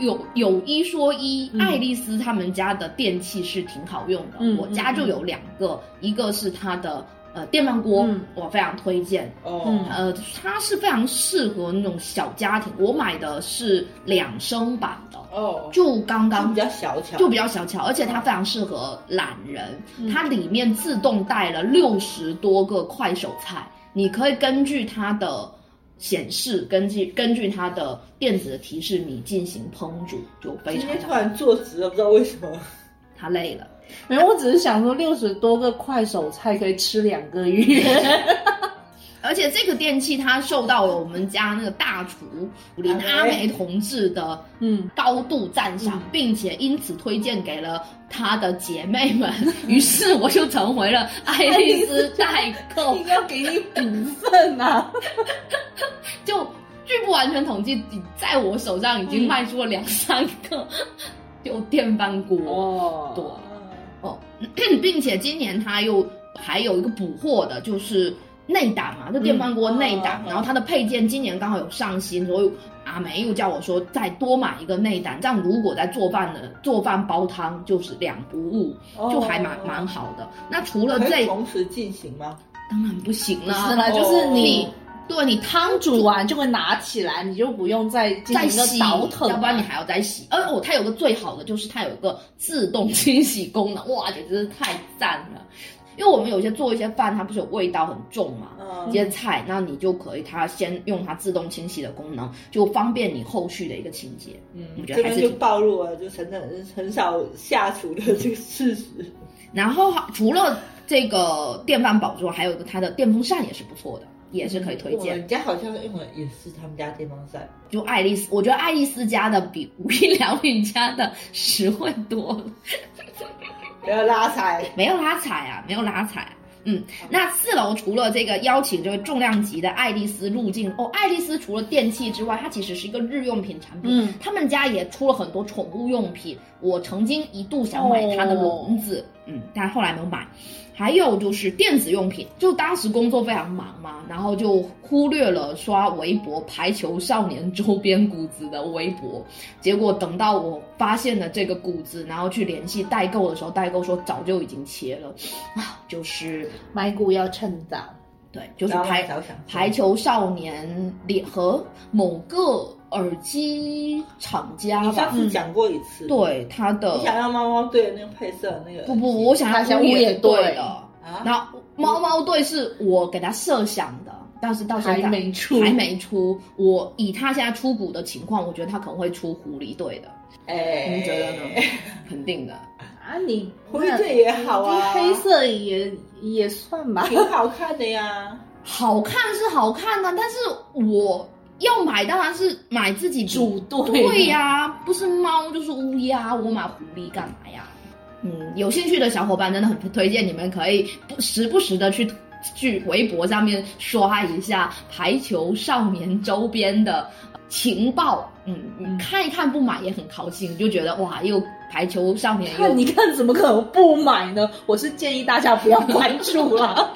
S1: 有有一说一，
S3: 嗯
S1: 爱丽丝他们家的电器是挺好用的，
S3: 嗯
S1: 我家就有两个，
S2: 嗯
S1: 一个是它的呃电饭锅，
S3: 嗯
S1: 我非常推荐。
S2: 哦，
S3: 嗯
S1: 呃，它是非常适合那种小家庭。我买的是两升版的，
S2: 哦，
S1: 就刚
S2: 就
S1: 刚
S2: 比较小巧，
S1: 就比较小巧，而且它非常适合懒人。
S3: 嗯
S1: 它里面自动带了六十多个快手菜，你可以根据它的显示，根据根据它的电子的提示，你进行烹煮，就非
S2: 今
S1: 常
S2: 天突
S1: 好。
S2: 然坐直了，不知道为什么。
S1: 它累了，
S3: 没有，我只是想说六十多个快手菜可以吃两个月，
S1: 而且这个电器它受到了我们家那个大厨林阿梅同志的
S3: 嗯，
S1: 高度赞赏
S3: 嗯，
S1: 并且因此推荐给了她的姐妹们，于是我就成为了爱丽丝代购。
S3: 应该给你补份啊，
S1: 就据不完全统计，已在我手上已
S3: 嗯
S1: 经卖出了两三个就电饭锅
S3: 哦
S1: 对哦，并且今年它又还有一个补货的，就是内胆嘛，就
S3: 嗯
S1: 电饭锅内胆，
S2: 哦哦
S1: 然后它的配件今年刚好有上新，所以阿梅又叫我说再多买一个内胆，这样如果在做饭的做饭煲汤就是两不误，
S3: 哦
S1: 就还蛮蛮好的。那除了
S2: 可
S1: 这，
S2: 以同时进行吗？
S1: 当然不行
S3: 不
S1: 啦，哦
S3: 是啦，就是你
S1: 你对你汤
S3: 刚煮完就会拿起来，你就不用再进
S1: 再
S3: 行一个
S1: 洗，
S3: 倒腾，啊
S1: 要不然你还要再洗。而哦，它有个最好的就是它有一个自动清洗功能， 哇，简直是太赞了！因为我们有些做一些饭，它不是有味道很重嘛，
S2: 嗯
S1: 一些菜，那你就可以它先用它自动清洗的功能，就方便你后续的一个清洁。我
S2: 嗯，
S1: 觉
S2: 这
S1: 得还
S2: 边
S1: 是
S2: 就
S1: 挺
S2: 暴露了，就陈很很少下厨的这个事实。
S1: 然后除了这个电饭煲之外，还有一个它的电风扇也是不错的，也是可以推
S2: 我
S1: 荐。
S2: 们家好像用的也是他们家电风扇，
S1: 就爱丽丝，我觉得爱丽丝家的比无印良品家的实惠多了。
S2: 不要拉踩。
S1: 没有拉踩啊，没有拉踩、嗯，那四楼除了这个邀请这个重量级的爱丽丝入境哦，爱丽丝除了电器之外，它其实是一个日用品产品。
S3: 嗯
S1: 他们家也出了很多宠物用品，我曾经一度想买它的笼子，
S2: 哦
S1: 嗯，但后来没有买。还有就是电子用品，就当时工作非常忙嘛，然后就忽略了刷微博排球少年周边谷子的微博，结果等到我发现了这个谷子，然后去联系代购的时候，代购说早就已经切了， 啊，就是
S3: 买股要趁早。
S1: 对，就是
S2: 然后
S1: 排
S2: 小想
S1: 排球少年联合某个耳机厂家
S2: 你上
S1: 吧，嗯
S2: 次讲过一次，，
S1: 对它的
S2: 你想要猫猫队的那个配色那个，
S1: 不不不，我想
S3: 他
S1: 要
S3: 想
S1: 乌
S3: 乌野
S1: 野
S3: 队
S1: 队的，
S2: 啊，
S1: 然后猫猫队是我给他设想的，但是到现在
S3: 嗯还没出
S1: 还没出。我以他现在出股的情况，我觉得他可能会出狐狸队的，
S2: 哎，
S1: 您觉得呢？肯定的。
S3: 啊，你
S2: 狐狸队也好啊
S3: 黑色也也算 吧。
S2: 挺好看的 呀。
S1: 好看是好看呐、但是我要买当然是买自己
S3: 组队
S1: 对呀、不是猫就是乌鸦，我买狐狸干嘛呀？嗯，有兴趣的小伙伴真的很推荐你们可以不时不时的去去微博上面刷一下排球少年周边的情报，嗯，
S3: 嗯
S1: 你看一看不买也很高兴，就觉得哇，又排球少年
S3: 看
S1: 又
S3: 你 看，怎么可能不买呢？我是建议大家不要关注啦。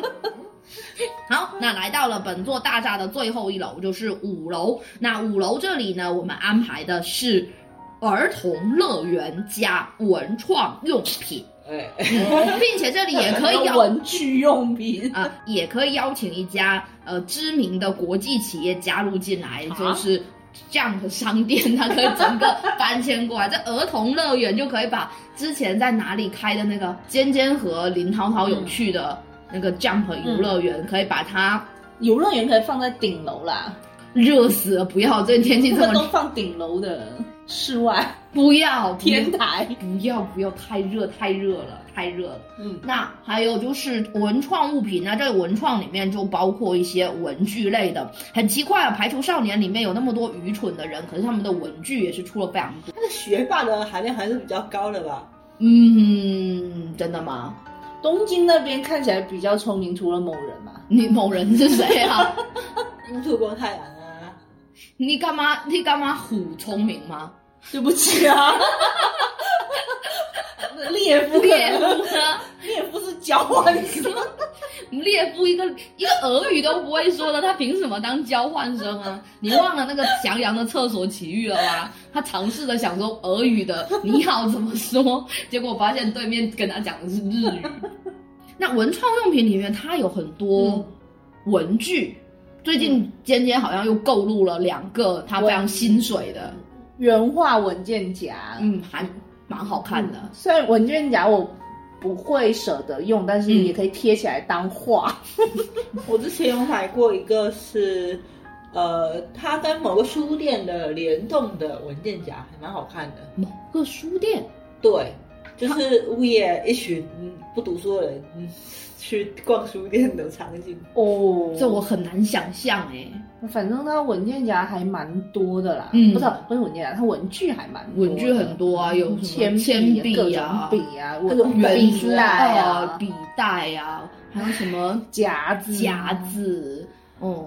S1: 好，那来到了本座大厦的最后一楼，就是五楼。那五楼这里呢，我们安排的是儿童乐园加文创用品，
S2: 哎，
S1: 并且这里也可以
S3: 还有
S1: 邀
S3: 文具用品，
S1: 啊、也可以邀请一家呃知名的国际企业加入进来，
S3: 啊
S1: 就是。这样的商店，它可以整个搬迁过来。这儿童乐园就可以把之前在哪里开的那个尖尖和林涛涛有趣的那个 Jump 游乐园，可以把它
S3: 游乐园可以放在顶楼啦，
S1: 热死了！不要，这天气
S3: 不
S1: 这
S3: 能都
S1: 么
S3: 放顶楼的室外
S1: 不要
S3: 天台。
S1: 不要不要太热太热了太热了。
S3: 嗯，
S1: 那还有就是文创物品，那这文创里面就包括一些文具类的。很奇怪啊，排除少年里面有那么多愚蠢的人，可是他们的文具也是出了非常多。
S2: 他的学霸的含量还是比较高的吧？
S1: 嗯，真的吗？
S3: 东京那边看起来比较聪明，除了某人嘛，
S1: 你某人是谁啊？
S2: 因土光太阳啊，
S1: 你干嘛？你干嘛虎聪明吗？
S3: 对不起 啊。列夫可
S1: 猎
S3: 能，
S1: 夫呢？
S3: 列夫是交换生，
S1: 猎夫一个一个俄语都不会说的，他凭什么当交换生啊？你忘了那个翔阳的厕所奇遇了吧？他尝试着想说俄语的你好怎么说，结果发现对面跟他讲的是日语。那文创用品里面，它有很多文具。最近尖尖好像又购入了两个他非常心水的，
S3: 原画文件夹。
S1: 嗯，还蛮好看的。
S3: 虽然文件夹我不会舍得用，但是
S1: 嗯
S3: 也可以贴起来当画。
S2: 我之前有买过一个是，呃，它跟某个书店的联动的文件夹，还蛮好看的。
S1: 某个书店，
S2: 对，就是午夜一群嗯不读书的人嗯去逛书店的场 景。
S3: 哦，
S1: 这我很难想象哎、
S3: 反正它文件夹还蛮多的啦，
S1: 嗯
S3: 不是不是文件夹，它文具还蛮多的嗯
S1: 文具很多啊，有什
S3: 铅
S1: 么铅
S3: 笔
S1: 笔啊、
S3: 啊、各种笔啊、
S2: 各种
S3: 文
S2: 圆
S3: 笔
S1: 笔
S2: 珠
S3: 袋
S1: 啊
S3: 啊、、
S1: 笔袋啊，还有什么
S3: 夹子啊、
S1: 夹子，哦、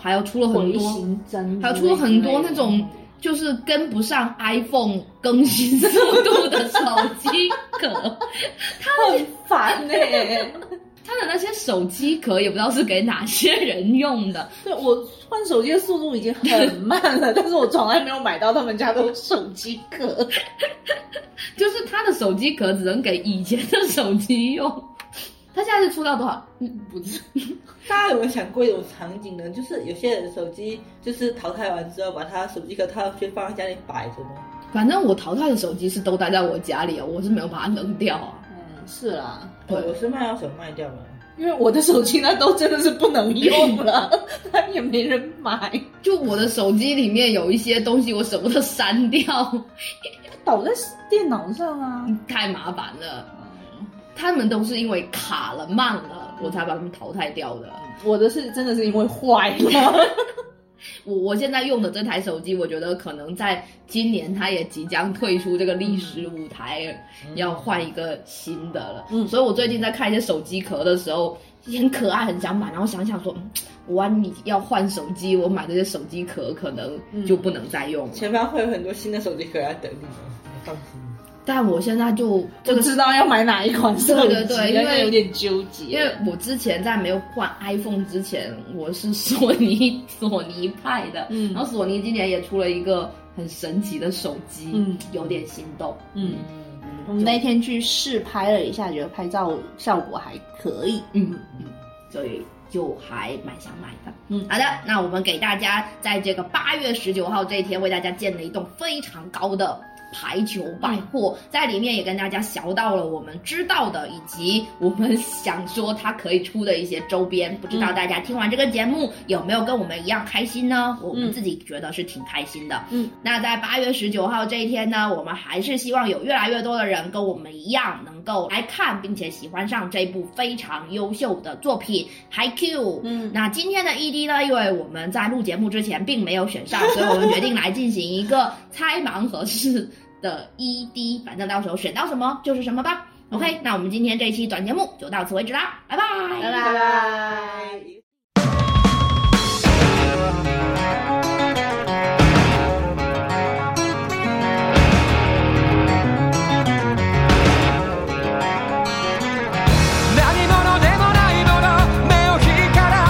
S1: 还有出了很
S3: 回
S1: 多，
S3: 形针之类的，嗯
S1: 还有出了很多那种就是跟不上 iPhone 更新速度的手机壳，
S3: 很烦呢、
S1: 它的那些手机壳也不知道是给哪些人用的，
S3: 对我换手机的速度已经很慢 了，但是我从来没有买到他们家的手机壳。
S1: 就是它的手机壳只能给以前的手机用。它现在是出到多少？嗯，不知
S2: 大家有没有想过一种场景呢？就是有些人手机就是淘汰完之后，把他手机壳套上去放在家里摆着呢。
S1: 反正我淘汰的手机是都待在我家里啊，我是没有把它扔掉啊。
S3: 嗯，是啦，
S1: 对
S2: 我是卖二手卖掉了。
S3: 因为我的手机那都真的是不能用了， 它也没人买，
S1: 就我的手机里面有一些东西，我舍不得删掉，
S3: 倒在电脑上啊。
S1: 太麻烦了。他们都是因为卡了、慢了，我才把他们淘汰掉的。
S3: 我的是真的是因为坏 了，
S1: 我我现在用的这台手机，我觉得可能在今年它也即将退出这个历史舞台，
S2: 嗯
S1: 要换一个新的了。
S3: 嗯
S1: 所以我最近在看一些手机壳的时候，也很可爱，很想买，然后想想说，嗯我万一要换手机，我买这些手机壳可能就不能再用了。
S2: 前方会有很多新的手机壳要等你哦，你放心。
S1: 但我现在就这
S3: 不
S1: 个
S3: 知道要买哪一款手机，
S1: 对对对因为
S3: 有点纠
S1: 因为
S3: 结。
S1: 我之前在没有换 iPhone 之前，我是索尼 索尼派的，
S3: 嗯
S1: 然后索尼今年也出了一个很神奇的手机，
S3: 嗯
S1: 有点心动，
S3: 嗯，
S2: 嗯，
S3: 我们那天去试拍了一下，觉得拍照效果还可以。
S1: 嗯嗯，所以就还蛮想买的。
S3: 嗯
S1: 好的，那我们给大家在这个八月十九号这一天，为大家建了一栋非常高的。排球百货、
S3: 嗯
S1: 在里面也跟大家聊到了我们知道的，以及我们想说它可以出的一些周边。不知道
S3: 嗯
S1: 大家听完这个节目有没有跟我们一样开心呢？我们
S3: 嗯
S1: 自己觉得是挺开心的。
S3: 嗯，
S1: 那在八月十九号这一天呢，我们还是希望有越来越多的人跟我们一样，能够来看并且喜欢上这部非常优秀的作品《Hi Q》。
S3: 嗯
S1: 那今天的 ED 呢，因为我们在录节目之前并没有选上，所以我们决定来进行一 个猜盲盒式的 ED，反正到时候选到什么就是什么吧。OK，那我们今天这一期短节目就到此为止啦，拜拜，嗯拜拜
S2: 拜拜。
S4: 何者でもないもの目を光ら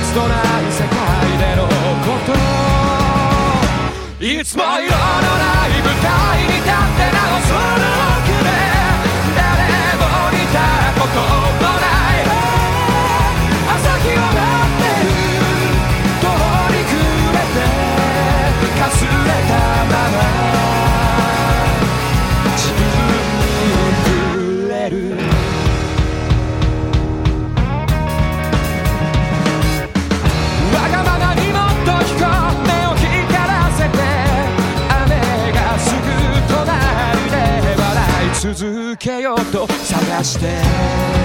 S4: ストない世界でのこといつも色のない舞台に立ってなおその奥で誰も見たこともない朝日を待ってる途方に暮れてかすれたまま自分に触れるわがままにもっと聞こう目を光らせて雨がすぐ隣で笑い続けようと探して